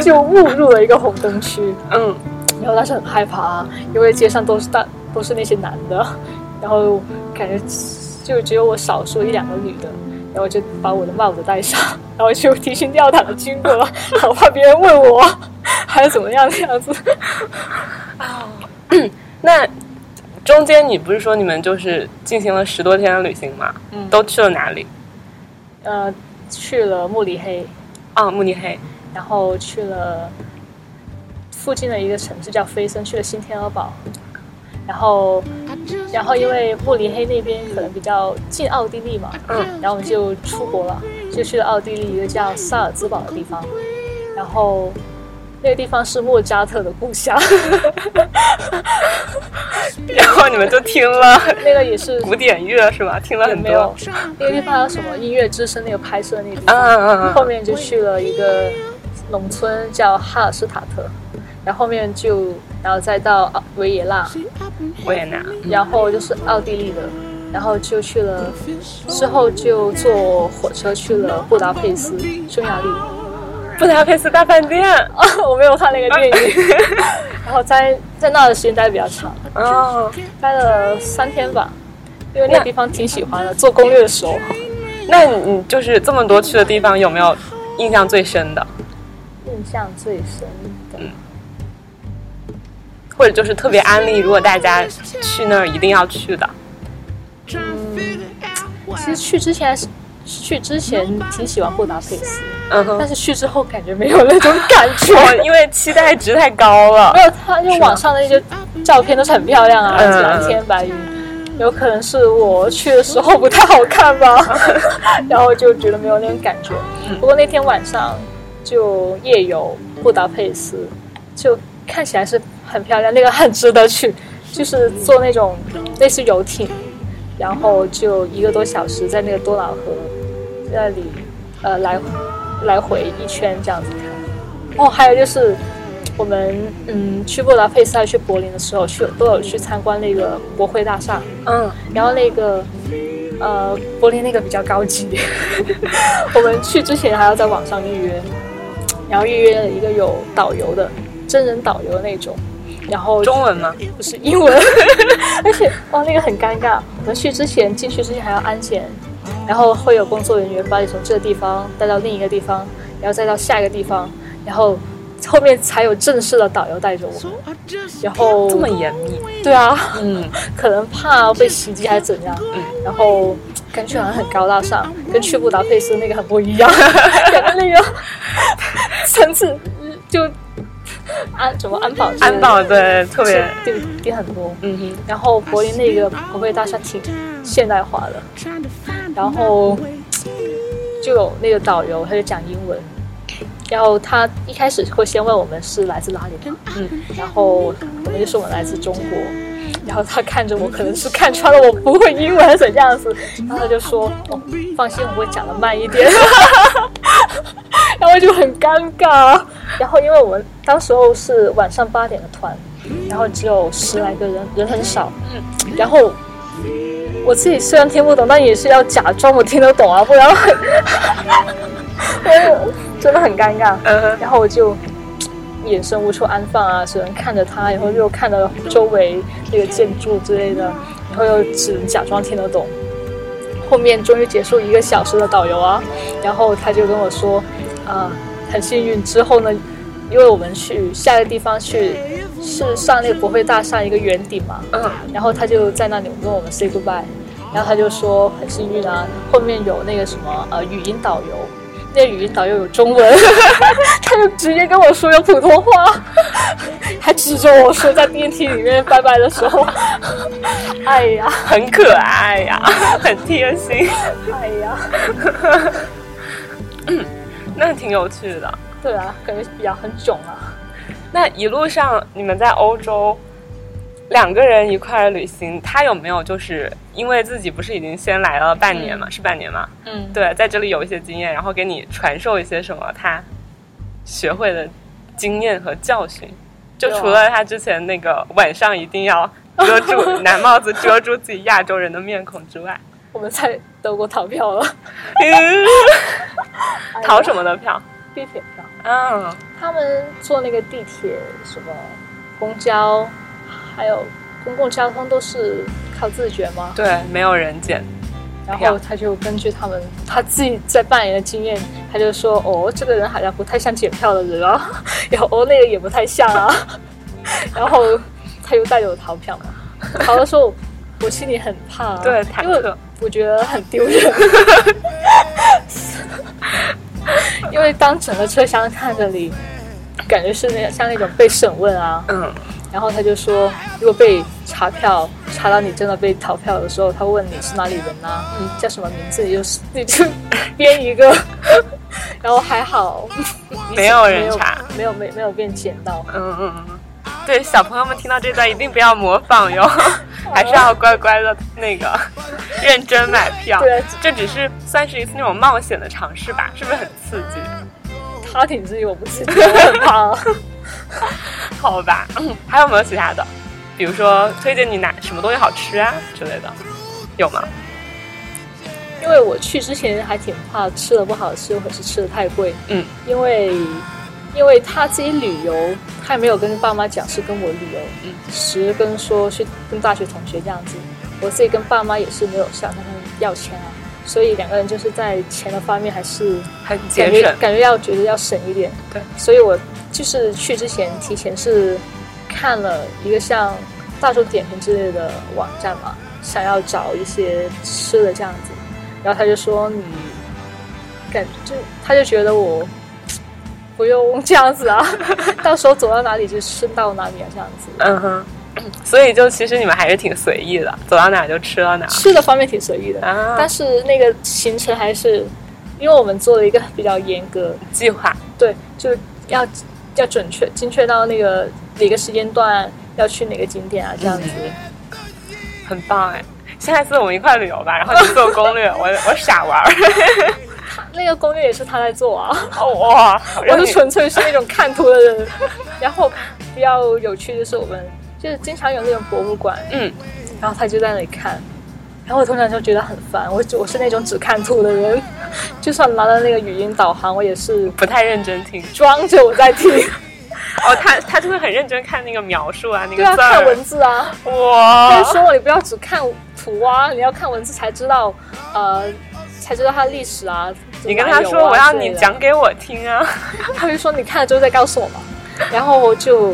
S4: 就误入了一个红灯区。
S2: 嗯，
S4: 然后当时很害怕，啊因为街上都是大都是那些男的， 然后感觉就只有我少数一两个女的，然后就把我的帽子戴上， 然后就提心吊胆的经过， 好怕别人问我 还是怎么样的样子。
S2: 那中间你不是说你们就是进行了十多天的旅行吗？
S4: 嗯
S2: 都去了哪里？
S4: 呃，去了慕尼黑，
S2: 啊，慕尼黑。
S4: 然后去了附近的一个城市叫菲森，去了新天鹅堡，然后然后因为慕尼黑那边可能比较近奥地利嘛，
S2: 嗯
S4: 然后我们就出国了，就去了奥地利一个叫萨尔兹堡的地方，然后那个地方是莫扎特的故乡，
S2: 然后你们就听了
S4: 那个也是
S2: 古典乐是吧？听了
S4: 也
S2: 很
S4: 没
S2: 多。
S4: 有那个地方有什么音乐之声那个拍摄那个地
S2: 嗯
S4: 方，
S2: 嗯嗯
S4: 后
S2: 嗯。
S4: 面就去了一个农村叫哈尔施塔特，然后后面就然后再到奥维也纳，
S2: 维也纳。
S4: 然后就是奥地利的，然后就去了，之后就坐火车去了布达佩斯，匈牙利。
S2: 布达佩斯大饭店。
S4: 我没有看那个电 影，然后在在那的时间待得比较长，
S2: 哦，
S4: 待了三天吧，因为那
S2: 那
S4: 个地方挺喜欢的。做攻略的时候，
S2: 那你就是这么多去的地方，有没有印象最深的，
S4: 印象最深的。
S2: 或者就是特别安利，如果大家去那儿一定要去的？
S4: 其实去之前还是去之前挺喜欢布达佩斯，
S2: 嗯哼
S4: 但。是去之后感觉没有那种感觉。
S2: 哦，因为期待值太高了
S4: 没。有，他就网上的那些照片都是很漂亮啊，
S2: 嗯
S4: 蓝天白云。有可能是我去的时候不太好看 吧，然后就觉得没有那种感觉。
S2: 嗯
S4: 不过那天晚上就夜游布达佩斯，就看起来是很漂亮，那个很值得去，就是坐那种类似游艇，然后就一个多小时在那个多瑙河那里呃来来回一圈这样子看。哦，还有就是我们嗯去布达佩斯还是去柏林的时候，去都有去参观那个国会大厦，
S2: 嗯，
S4: 然后那个呃柏林那个比较高级， 我们去之前还要在网上预约，然后预约了一个有导游的真人导游那种，然后
S2: 中文 吗？
S4: 不是英文，而且哦那个很尴尬，我们去之前进去之前还要安检，然后会有工作人员把你从这个地方带到另一个地方，然后再到下一个地方，然后后面才有正式的导游带着我们，然后
S2: 这么严密。
S4: 对啊，
S2: 嗯
S4: 可能怕被袭击还是怎样，嗯然后感觉好像很高大上，跟去布达佩斯那个很不 一样，感觉那个层次就安怎么安保之类的
S2: 安保对特别
S4: 是低低很多，
S2: 嗯哼。
S4: 然后柏林那个国会大厦挺
S2: 嗯
S4: 现代化的，然后就有那个导游，他就讲英文。然后他一开始会先问我们是来自哪里嘛，
S2: 嗯，
S4: 然后我们就说我们来自中国，然后他看着我，可能是看穿了我不会英文还是怎样子，然后他就说、哦放心，我会讲的慢一点， 然后就很尴尬。然后因为我们当时候是晚上八点的团，然后只有十来个人，人很少，然后我自己虽然听不懂，但也是要假装我听得懂啊，不然很，我 真的很尴尬。
S2: 嗯哼。
S4: 然后我就眼神无处安放啊，只能看着他，然后又看到周围那个建筑之类的，然后又只能假装听得懂。后面终于结束一个小时的导游啊，然后他就跟我说，啊、很幸运。之后呢，因为我们去下一个地方去是上那个国会大厦一个圆顶嘛，
S2: 嗯
S4: 然后他就在那里跟我们 say goodbye，然后他就说很幸运啊，后面有那个什么呃语音导游，那语音导游有中文， 他就直接跟我说有普通话， 还指着我说在电梯里面拜拜的时候， 哎呀
S2: 很可爱呀， 很贴心，
S4: 哎呀，
S2: 那挺有趣的。
S4: 对啊，感觉比较很囧啊。
S2: 那一路上你们在欧洲两个人一块儿旅行，他有没有就是因为自己不是已经先来了半年嘛？是半年嘛？
S4: 嗯，
S2: 对，在这里有一些经验，然后给你传授一些什么他学会的经验和教训。就
S4: 有啊
S2: 除了他之前那个晚上一定要遮住 男帽子遮住自己亚洲人的面孔之外，
S4: 我们在德国逃票了，
S2: 嗯逃什
S4: 么？
S2: 么的票？
S4: 哎地铁票。
S2: 嗯，
S4: 他们坐那个地铁、什么公交，还有公共交通都是靠自觉嘛。
S2: 对，没有人捡。
S4: 然后他就根据他们他自己在扮演的经验，他就说：“哦，这个人好像不太像检票的人啊， 然后哦那个也不太像啊。” 然后他就带着我逃 票嘛。逃的时候，我心里很怕、啊，
S2: 对忐忑
S4: 因为我觉得很丢人。 因为当整个车厢看着你，感觉是那像那种被审问啊，
S2: 嗯，
S4: 然后他就说，如果被查票查到你真的被逃票的时候，他问你是哪里人呐、嗯，叫什么名字，你就是你就编一个， 然后还好
S2: 没有人查。
S4: 没有没有没有被捡到，
S2: 嗯嗯嗯，对，小朋友们听到这段一定不要模仿 哟，还是要乖乖的那个认真买票。
S4: 对
S2: 这只是算是一次那种冒险的尝试吧，是不是很刺激？
S4: 他挺自己，我不自己，我很怕。
S2: 好吧， 嗯还有没有其他的？比如说推荐你哪什么东西好吃啊之类的，有吗？
S4: 因为我去之前还挺怕吃的不好吃，或者是吃的太贵。
S2: 嗯，
S4: 因为因为他自己旅游，他也没有跟爸妈讲是跟我旅游，
S2: 嗯，
S4: 只是跟说去跟大学同学这样子。我自己跟爸妈也是没有向他们要钱啊，所以两个人就是在钱的方面还是
S2: 很
S4: 感
S2: 节
S4: 觉
S2: 省。
S4: 感觉要觉得要省一点。
S2: 对，
S4: 所以我就是去之前提前是看了一个像大众点评之类的网站嘛，想要找一些吃的这样子，然后他就说你感就他就觉得我不用这样子啊， 到时候走到哪里就吃到哪里啊这样子。
S2: 嗯哼， 所以就其实你们还是挺随意的，走到哪儿就吃到哪儿。
S4: 吃的方面挺随意的，
S2: 啊，
S4: 但是那个行程还是因为我们做了一个比较严格，
S2: 计划
S4: 对，就要要准确、精确到那个哪个时间段要去哪个景点啊，这样子。
S2: 很棒哎。下一次我们一块旅游吧，然后你做攻 略，我我傻玩儿。
S4: 那个攻略也是他在做啊，
S2: 哦哇，
S4: 我是纯粹是那种看图的人。 然后比较有趣就是我们就是经常有那种博物馆，
S2: 嗯，
S4: 然后他就在那里看。然后我通常就觉得很烦，我我是那种只看图的人， 就算拿了那个语音导航，我也是
S2: 不太认真听。
S4: 装着我在听，
S2: 哦，他他就会很认真看那个描述啊，那
S4: 对
S2: 个
S4: 啊，
S2: 字
S4: 看
S2: 儿。
S4: 文字啊。
S2: 哇
S4: 但是，说你不要只看图啊，你要看文字才知道，呃，才知道它的历史啊。
S2: 你跟
S4: 哪
S2: 他
S4: 有啊
S2: 说我要
S4: 之类
S2: 你
S4: 的
S2: 讲给我听 啊。
S4: 他就说你看了之后再告诉我嘛。然后我就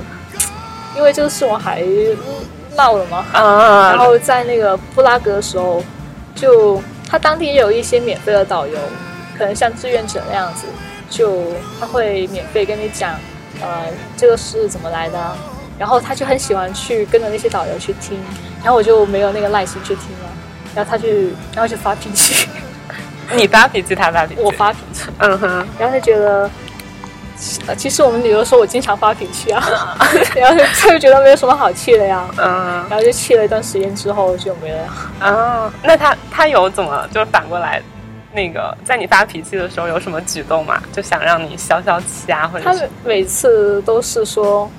S4: 因为这个事我还闹了嘛，
S2: 啊，
S4: 然后在那个布拉格的时候，就他当地也有一些免费的导游，可能像志愿者那样子，就他会免费跟你讲，呃，这个是怎么来的啊。然后他就很喜欢去跟着那些导游去听，然后我就没有那个耐心去听了。然后他就，然后就发脾气，
S2: 你发脾气，他发脾气。
S4: 我，发脾气，
S2: 嗯哼，
S4: 然后就觉得，呃其实我们旅游的时候我经常发脾气啊， 然后他就觉得没有什么好气的呀，
S2: 嗯
S4: 然后就气了一段时间之后就没了。
S2: 啊，那他他有怎么就是反过来，那个在你发脾气的时候有什么举动吗？就想让你消消气啊，或者
S4: 他
S2: 是
S4: 每次都是说，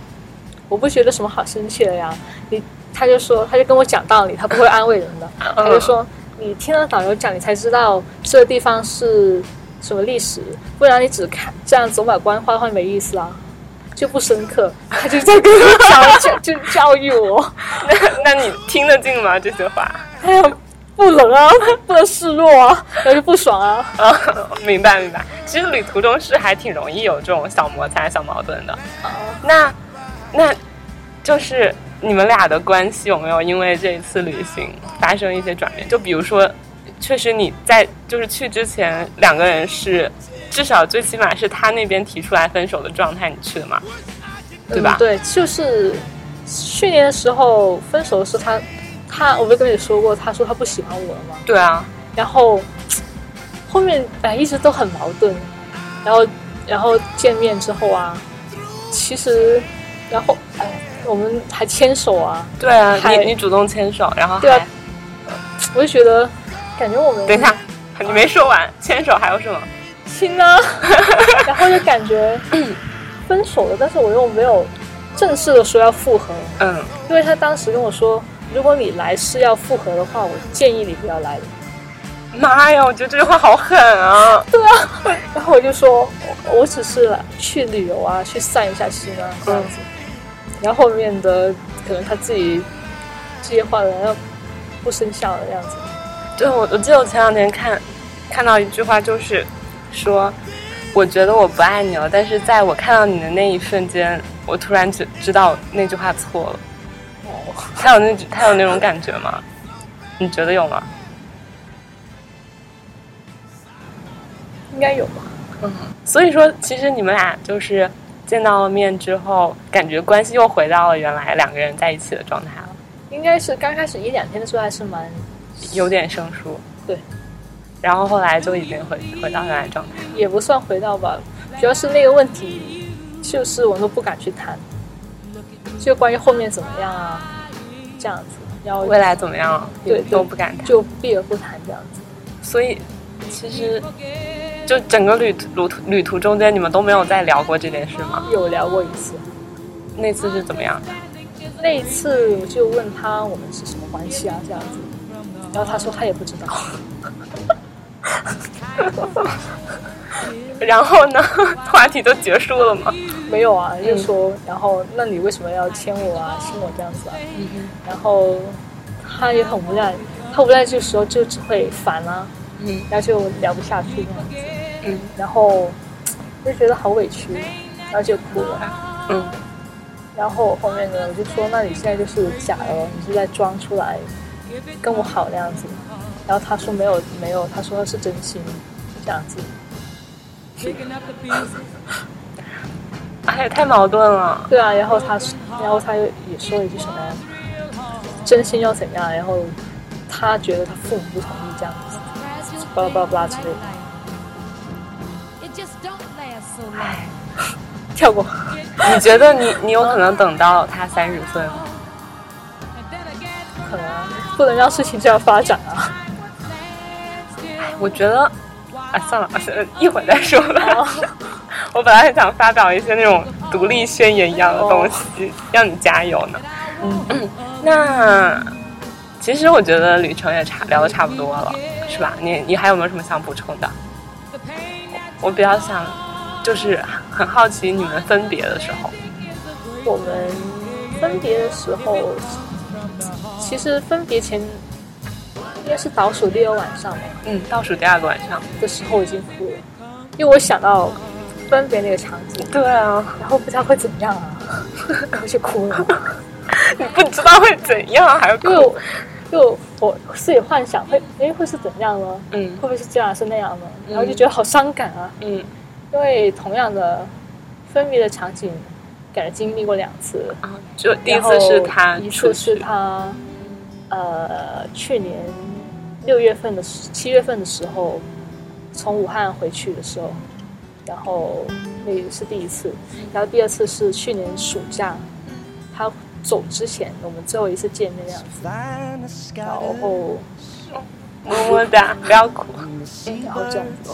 S4: 我不觉得什么好生气的呀。你，他就说，他就跟我讲道理，他不会安慰人的。他就说，你听了导游讲，你才知道这个地方是什么历史，不然你只看这样走马观花的话没意思啊，就不深刻。他就在跟我教教就教育我，
S2: 那你听得进吗？这些话？
S4: 哎呀，不能啊，不能示弱啊，然后就不爽啊。
S2: 啊，明白明白。其实旅途中是还挺容易有这种小摩擦、小矛盾的。
S4: 哦
S2: 那那就是你们俩的关系有没有因为这一次旅行发生一些转变？就比如说，确实你在就是去之前，两个人是至少最起码是他那边提出来分手的状态，你去的嘛，对吧
S4: 嗯？对，就是去年的时候分手的时候他，他我不是跟你说过，他说他不喜欢我了吗？
S2: 对啊，
S4: 然后后面哎一直都很矛盾，然后然后见面之后啊，其实然后哎我们还牵手啊，
S2: 对啊，
S4: 还
S2: 你你主动牵手，然后
S4: 对啊
S2: 还
S4: 我就觉得感觉我们
S2: 等一下，你没说完，牵手还有什么？
S4: 亲啊，然后就感觉嗯分手了，但是我又没有正式的说要复合，
S2: 嗯
S4: 因为他当时跟我说如果你来是要复合的话，我建议你不要来。
S2: 妈呀，我觉得这句话好狠啊！
S4: 对啊， 然后我就说，我我只是来去旅游啊，去散一下心啊，这样子。然后后面的可能他自己接话了，然后不生效了这样子。
S2: 对，我我记得我前两天看看到一句话，就是说，我觉得我不爱你了，但是在我看到你的那一瞬间，我突然知知道那句话错了。
S4: 哦，
S2: 他有那句他有那种感觉吗？你觉得有吗？
S4: 应该有吧？
S2: 所以说，其实你们俩就是见到了面之后，感觉关系又回到了原来两个人在一起的状态了，
S4: 应该是刚开始一两天的时候还是蛮
S2: 有点生疏。
S4: 对，
S2: 然后后来就已经回回到原来状态。
S4: 也不算回到吧，主要是那个问题，就是我都不敢去谈，就关于后面怎么样啊，这样子，然后
S2: 未来怎么样？
S4: 对
S2: 都不敢谈。
S4: 就避而不谈这样子。
S2: 所以，其实就整个旅途旅途旅途中间，你们都没有再聊过这件事吗？
S4: 有聊过一次，
S2: 那次是怎么样？
S4: 那一次我就问他我们是什么关系啊这样子，然后他说他也不知道，
S2: 然后呢？ 话题就结束了吗？
S4: 没有啊，就说、
S2: 嗯
S4: 然后那你为什么要牵我啊，亲我这样子啊？
S2: 嗯
S4: 然后他也很无奈，他无奈这时候就只会烦啊，
S2: 嗯
S4: 然后就聊不下去这样子。
S2: 嗯
S4: 然后就觉得好委屈，然后就哭了。
S2: 嗯
S4: 然后后面呢，我就说，那你现在就是假的咯，你是在装出来跟我好那样子。然后他说没有没有，他说是真心，就这样子。
S2: 哎呀，太矛盾了。
S4: 对啊，然后他然后他又也说了一句什么，真心要怎样，然后他觉得他父母不同意这样子，巴拉巴拉巴拉之类的。
S5: 哎，
S4: 跳过，
S2: 你觉得你你有可能等到他三十岁吗？
S4: 可能不能让事情这样发展啊。
S2: 我觉得，哎，算了，呃一会儿再说
S4: 哦
S2: 吧。 我本来很想发表一些那种独立宣言一样的东
S4: 哦
S2: 西，让你加油呢。嗯，那其实我觉得旅程也差聊的差不多了，是吧？你你还有没有什么想补充的？我比较想，就是很好奇你们分别的时候，
S4: 我们分别的时候，其实分别前应该是倒数第二晚上吧
S2: 嗯，倒数第二个晚上，
S4: 的时候已经哭了，因为我想到分别那个场景，
S2: 对啊，
S4: 然后不知道会怎么样啊， 然后就哭了，
S2: 你 不知道会怎样，还要
S4: 因为
S2: 哭
S4: 我，因为我自己幻想会，哎，会是怎样呢？
S2: 嗯
S4: 会不会是这样是那样呢？
S2: 嗯
S4: 然后就觉得好伤感啊，
S2: 嗯
S4: 因为同样的分别的场景，感觉经历过两次了。
S2: 啊，就第一次是他
S4: 然后一
S2: 出
S4: 次
S2: 去
S4: 是，他，呃，去年六月份的时七月份的时候，从武汉回去的时候，然后那是第一次，然后第二次是去年暑假，他走之前我们最后一次见面那样子，然后
S2: 么么哒， 不要哭。
S4: 然后这样子，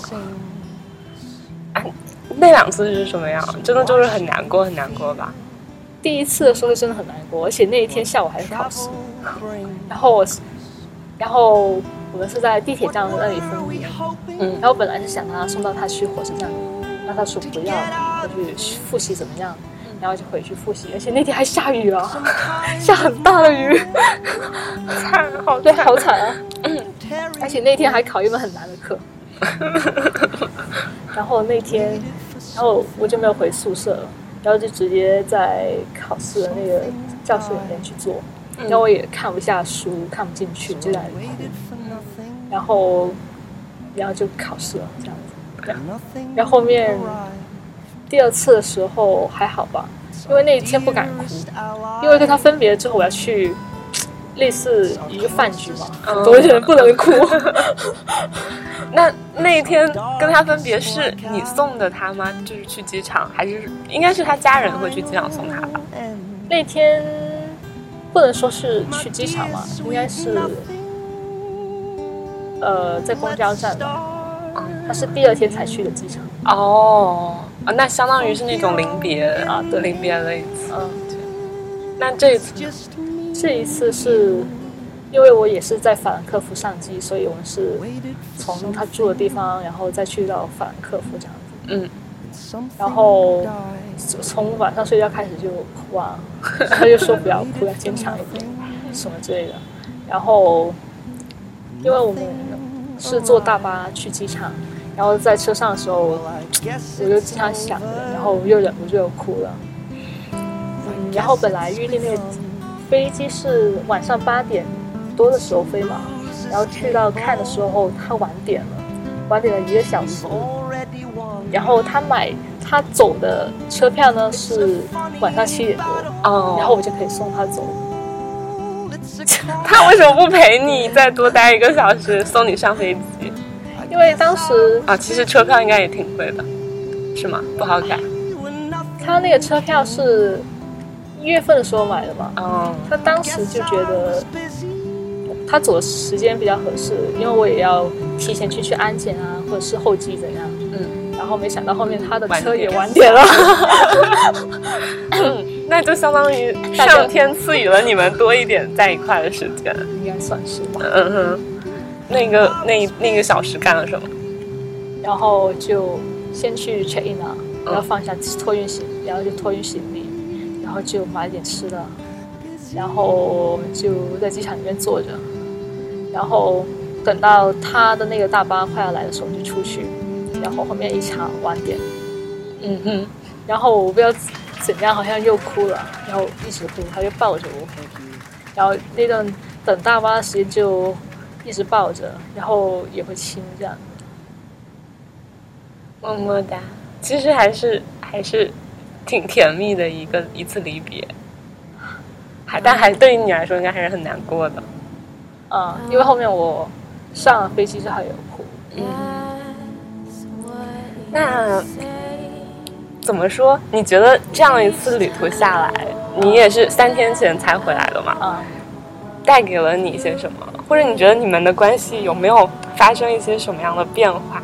S2: 那两次是什么样？真的就是很难过，很难过吧？
S4: 第一次的时候真的很难过，而且那一天下午还是考试，然后我是，然后我们是在地铁站那里分离。
S2: 嗯
S4: 然后本来是想让他送到他去火车站，然后他说不要，我去复习怎么样？然后就回去复习，而且那天还下雨啊， 下很大的雨，
S2: 惨，好
S4: 对，
S2: 惨。
S4: 好惨啊！
S2: 嗯
S4: 而且那天还考一门很难的课，然后那天，然后我就没有回宿舍了，然后就直接在考试的那个教室里面去做，
S2: 嗯
S4: 然后我也看不下书，看不进去，就在那里哭，然后，然后就考试了，这样子。然后后面第二次的时候还好吧，因为那一天不敢
S3: 嗯
S4: 哭，因为跟他分别了之后我要去类似一个饭局嘛，
S2: 哦
S4: 很多人不能哭。
S2: 嗯那那一天跟他分别是你送的他吗？就是去机场，还是应该是他家人会去机场送他吧？
S4: 那天不能说是去机场嘛，应该是呃在公交站吧，他是第二天才去的机场，
S2: 哦，啊，那相当于是那种临别
S4: 啊对
S2: 临别了一次。
S4: 嗯，
S2: 那这一次呢
S4: 这一次是因为我也是在法兰克福上机，所以我们是从他住的地方，然后再去到法兰克福这样子。
S2: 嗯，
S4: 然后从晚上睡觉开始就哭啊，他就说不要哭，要坚强一点，什么之类的。然后因为我们是坐大巴去机场，然后在车上的时候，我就经常想着，然后又忍不住又哭了。嗯，然后本来预定那个飞机是晚上八点多的时候飞嘛，然后去到看的时候，他晚点了，晚点了一个小时。然后他买他走的车票呢是晚上七点多，
S2: 哦
S4: 然后我就可以送他走。
S2: 他为什么不陪你再多待一个小时，送你上飞机
S4: 因为当时
S2: 啊？其实车票应该也挺贵的，是吗？不好改。
S4: 他那个车票是一月份的时候买的嘛，
S2: 哦，
S4: 他当时就觉得他走的时间比较合适，因为我也要提前去去安检啊，或者是候机怎样。
S2: 嗯，
S4: 然后没想到后面他的
S2: 晚
S4: 车也
S2: 点
S4: 晚点了，
S2: 那就相当于上天赐予了你们多一点在一块的时间。
S4: 应该算是吧。
S2: 嗯哼，那个那那个小时干了什么？
S4: 然后就先去 check in 啊，
S2: 嗯
S4: 然后放下托运行，然后就托运行李，然后就买点吃的，然后就在机场里面坐着，然后等到他的那个大巴快要来的时候就出去，然后后面一场晚点，
S2: 嗯哼，
S4: 然后我不知道怎样，好像又哭了，然后一直哭，他就抱着我，然后那段等大巴的时间就一直抱着，然后也会亲这样。
S2: 么么哒。其实还是还是挺甜蜜的一个一次离别，还但还对于你来说应该还是很难过的。
S4: 啊，因为后面我上了飞机之后有哭，
S2: 那怎么说？你觉得这样一次旅途下来，你也是三天前才回来的嘛？
S4: 啊，
S2: 带给了你一些什么？或者你觉得你们的关系有没有发生一些什么样的变化？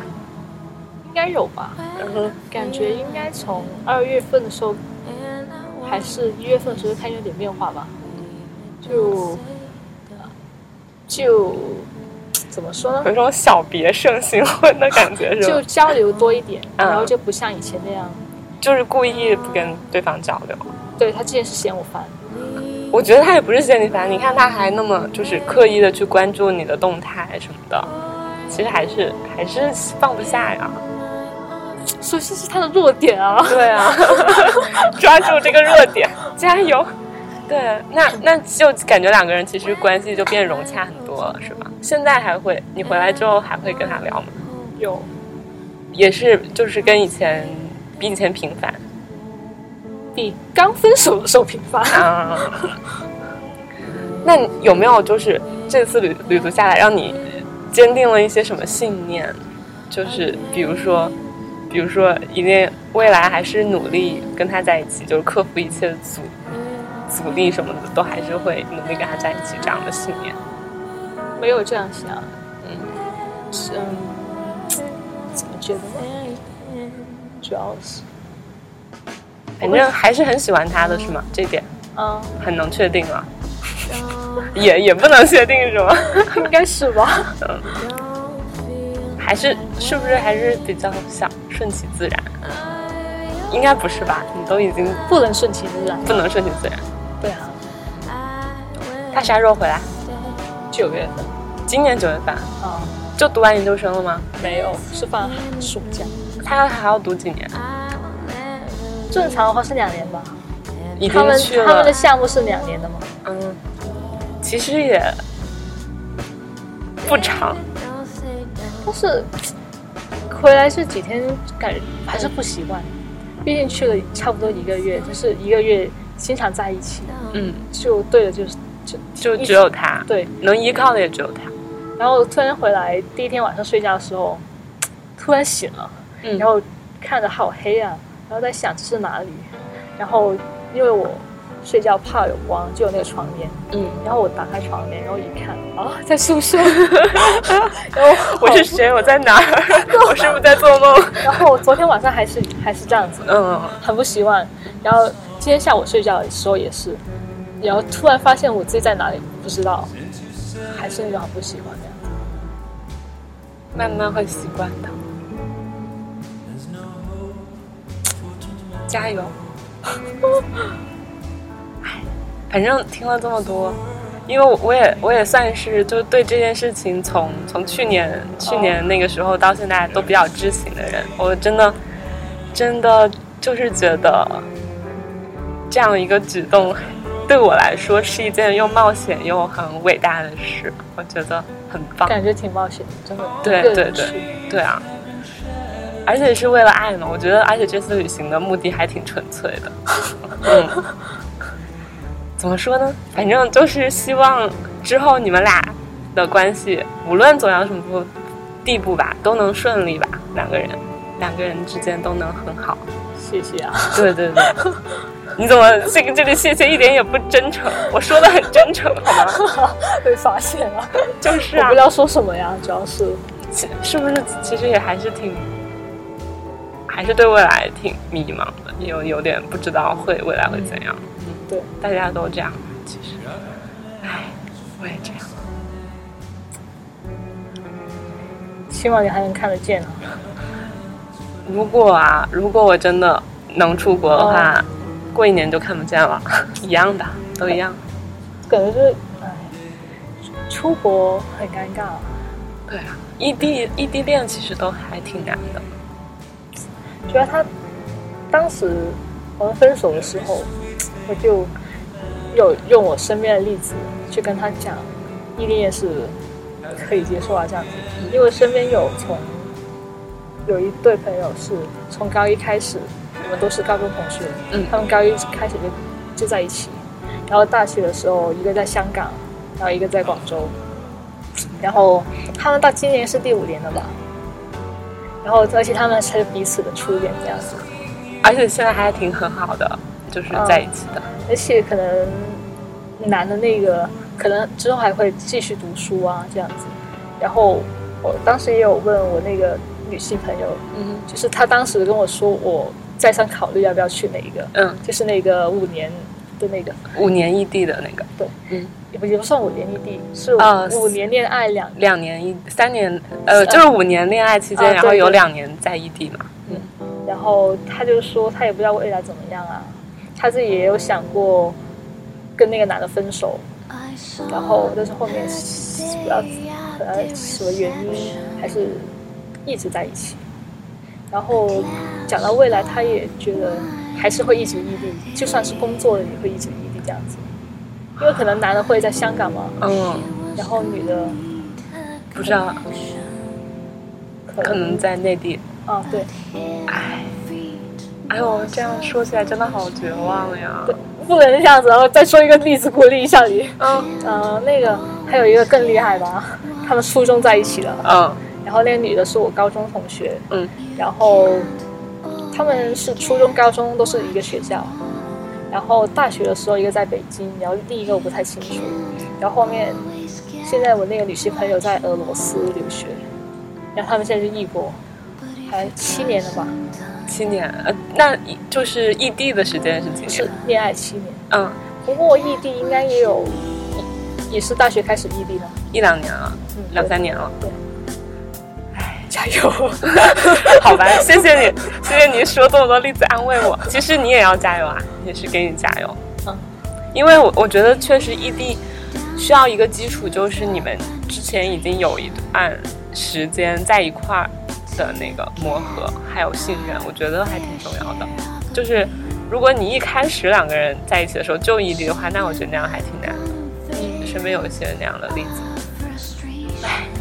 S4: 应该有吧？
S2: 嗯哼，
S4: 感觉应该从二月份的时候，还是一月份的时候看有点变化吧，
S2: 嗯
S4: 就就怎么说
S2: 有
S4: 呢？
S2: 一种小别胜新婚的感觉，是吧
S4: 就？交流多一点，
S2: 嗯
S4: 然后就不像以前那样。
S2: 就是故意不跟对方交流。
S4: 对他之前是嫌我烦，
S2: 我觉得他也不是嫌你烦，你看他还那么就是刻意的去关注你的动态什么的，其实还是还是放不下呀。
S4: 首先是他的弱点 啊。
S2: 对啊，抓住这个弱点，加油。对，那那就感觉两个人其实关系就变融洽很多了，是吧？现在还会，你回来之后还会跟他聊吗？
S4: 有，
S2: 也是，就是跟以前比以前频繁
S4: 比刚分手的时候频繁。
S2: 啊。 那你有没有就是这次旅旅途下来，让你坚定了一些什么信念？就是比如说，比如说，一定未来还是努力跟他在一起，就是克服一切阻阻力什么的，都还是会努力跟他在一起这样的信念。
S4: 没有这样想，嗯，是嗯，怎么觉得呢？
S2: 嗯
S4: 主要是，
S2: 反正还是很喜欢他的，是吗？这点
S4: 嗯，
S2: 很能确定了， 也也不能确定是吗？
S4: 应该是 吧。
S2: 还是是不是还是比较想顺其自然？应该不是吧？你都已经
S4: 不能顺其自然。
S2: 不能顺其自然。
S4: 对啊，
S2: 他啥时候回来？
S4: 九月份
S2: 今年九月份啊
S4: 啊、
S2: 就读完研究生了吗？
S4: 没有，是放暑假。
S2: 他还要读几年？
S4: 正常的话是两年吧。
S2: 已
S4: 他
S2: 经
S4: 们
S2: 去
S4: 他们
S2: 了
S4: 的。项目是两年的吗？
S2: 嗯，其实也不长。
S4: 但是嗯回来这几天感觉还是不习惯，毕竟去了差不多一个月，就是一个月经常在一起，
S2: 嗯，
S4: 就对了，就是就
S2: 就只有他，
S4: 对。
S2: 能依靠的也只有他。
S4: 然后突然回来，第一天晚上睡觉的时候，突然醒了，
S2: 嗯
S4: 然后看着好黑啊，然后在想这是哪里，然后因为我睡觉怕有光，就有那个床帘，
S2: 嗯，
S4: 然后我打开床帘，然后一看啊，在宿舍，然后
S2: 我是谁？我在哪 儿？我是不是在做梦？
S4: 然后昨天晚上还是还是这样子，
S2: 嗯，
S4: 很不习惯，然后今天下午睡觉的时候也是，然后突然发现我自己在哪里不知道，还是那种很不习惯的样子。
S2: 慢慢会习惯的。加油！反正听了这么多，因为我我也我也算是就对这件事情从从去年去年那个时候到现在都比较知情的人，我真的真的就是觉得这样一个举动对我来说是一件又冒险又很伟大的事，我觉得很棒。
S4: 感觉挺冒险的，真的。
S2: 对
S4: 特别
S2: 对
S4: 有趣
S2: 对对啊！而且是为了爱嘛，我觉得，而且这次旅行的目的还挺纯粹的。嗯，怎么说呢？反正就是希望之后你们俩的关系，无论走到什么步地步吧，都能顺利吧，两个人，两个人之间都能很好。
S4: 谢谢啊，
S2: 对对对，你怎么这个这个谢谢一点也不真诚？我说的很真诚好吗？
S4: 被发现了，
S2: 就是
S4: 我
S2: 啊
S4: 不知，道说什么呀，主要是
S2: 其 是不是其实也还是挺，还是对未来挺迷茫的，有有点不知道会未来会怎样。
S4: 对，
S2: 大家都这样，其实，唉，我也这样。
S4: 希望你还能看得见啊。
S2: 如果啊，如果我真的能出国的话，过一年就看不见了， 一样的，都一样。
S4: 感觉就是，哎，出国很尴尬啊，
S2: 对啊，异地异地恋其实都还挺难的。
S4: 主要他当时我们分手的时候，我就有用我身边的例子去跟他讲，异地恋是可以接受啊这样子，因为身边有从有一对朋友是从高一开始，我们都是高中同学，
S2: 嗯
S4: 他们高一开始就就在一起，然后大学的时候一个在香港，然后一个在广州，然后他们到今年是第五年了吧，然后而且他们是彼此的初恋这样子，
S2: 而且现在还挺很好的，就是在一起的。
S4: 而且可能男的那个可能之后还会继续读书啊这样子，然后我当时也有问我那个女性朋友，
S2: 嗯
S4: 就是她当时跟我说我再三考虑要不要去哪一个，
S2: 嗯，
S4: 就是那个五年的那个，
S2: 五年异地的那个，
S4: 对，
S2: 嗯，
S4: 也不也不算五年异地，是
S2: 啊
S4: 五年恋爱两年，
S2: 两年一三年，呃，就是五年恋爱期间，
S4: 啊
S2: 然后
S4: 对
S2: 有
S4: 对
S2: 两年在异地嘛。
S4: 然后她就说她也不知道未来怎么样啊，她自己也有想过跟那个男的分手，然
S5: 然
S4: 后
S5: 后
S4: 但是后面不知道呃什么原因，还是一直在一起。然后讲到未来，他也觉得还是会一直异地，就算是工作了也会一直异地这样子，因为可能男的会在香港嘛，
S2: 嗯，
S4: 然后女的
S2: 不知道，
S4: 可
S2: 可
S4: 能
S2: 能在内地。
S4: 啊对，
S2: 唉，哎呦，这样说起来真的好绝望呀。
S4: 不能这样子。然后再说一个例子鼓励一下你，
S2: 嗯
S4: 呃，那个还有一个更厉害吧，他们初中在一起了，
S2: 嗯
S4: 然后那个女的是我高中同学，
S2: 嗯，
S4: 然后他们是初中、高中都是一个学校，然后大学的时候一个在北京，然后另一个我不太清楚，然后后面现在我那个女性朋友在俄罗斯留学，然后他们现在是异国，还七年了吧，
S2: 七年，呃，那一就是异地的时间是几
S4: 是
S2: 年？
S4: 恋爱七年，
S2: 嗯，
S4: 不过异地应该也有，也是大学开始异地了，
S2: 一两年了，
S4: 嗯，
S2: 两三年了。哎
S4: 加 油，
S2: 好吧，谢谢你，谢谢你说这么多例子安慰我。其实你也要加油啊，也是给你加油。
S4: 嗯，
S2: 因为我我觉得确实异地需要一个基础，就是你们之前已经有一段时间在一块儿的那个磨合，还有信任，我觉得还挺重要的。就是如果你一开始两个人在一起的时候就异地的话，那我觉得那样还挺难的。
S4: 嗯
S2: 身边有一些那样的例子。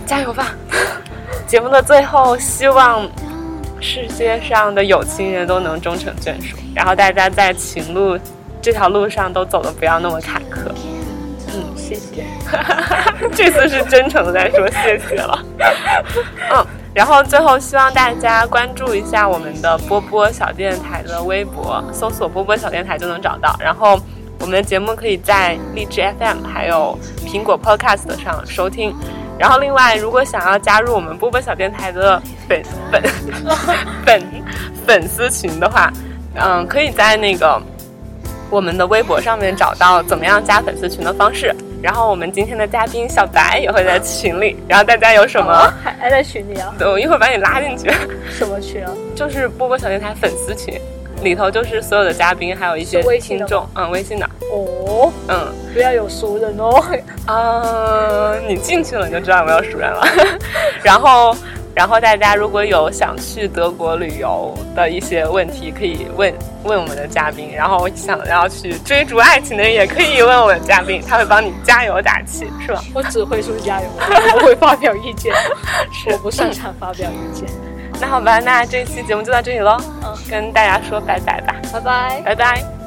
S2: 加油吧！节目的最后，希望世界上的有情人都能终成眷属，然后大家在情路这条路上都走的不要那么坎坷。嗯
S4: 谢谢，
S2: 这次是真诚的在说谢谢了。嗯，然后最后希望大家关注一下我们的波波小电台的微博，搜索“波波小电台”就能找到。然后我们的节目可以在荔枝 FM 还有苹果 Podcast 上收听。然后另外，如果想要加入我们波波小电台的粉粉粉粉丝群的话，嗯，可以在那个。我们的微博上面找到怎么样加粉丝群的方式。然后我们今天的嘉宾小白也会在群里，然后大家有什么，
S4: 还 还在群里 啊？
S2: 对我一会儿把你拉进去，
S4: 什么群啊？
S2: 就是波波小电台粉丝群，里头就是所有的嘉宾，还有一些
S4: 是微信
S2: 听
S4: 的吗
S2: 众，嗯，微信的，
S4: 哦，
S2: 嗯，
S4: 不要有熟人哦。
S2: 呃，你进去了你就知道有没有熟人了。 然后，然后大家如果有想去德国旅游的一些问题，可以问问我们的嘉宾。然后想要去追逐爱情的人，也可以问我们的嘉宾，他会帮你加油打气，是吧？
S4: 我只会说加油，我不会发表意见，
S2: 是
S4: 我不擅长发表意见。
S2: 那好吧，那这期节目就到这里喽
S4: 嗯，
S2: 跟大家说拜拜吧，
S4: 拜拜。
S2: 拜拜。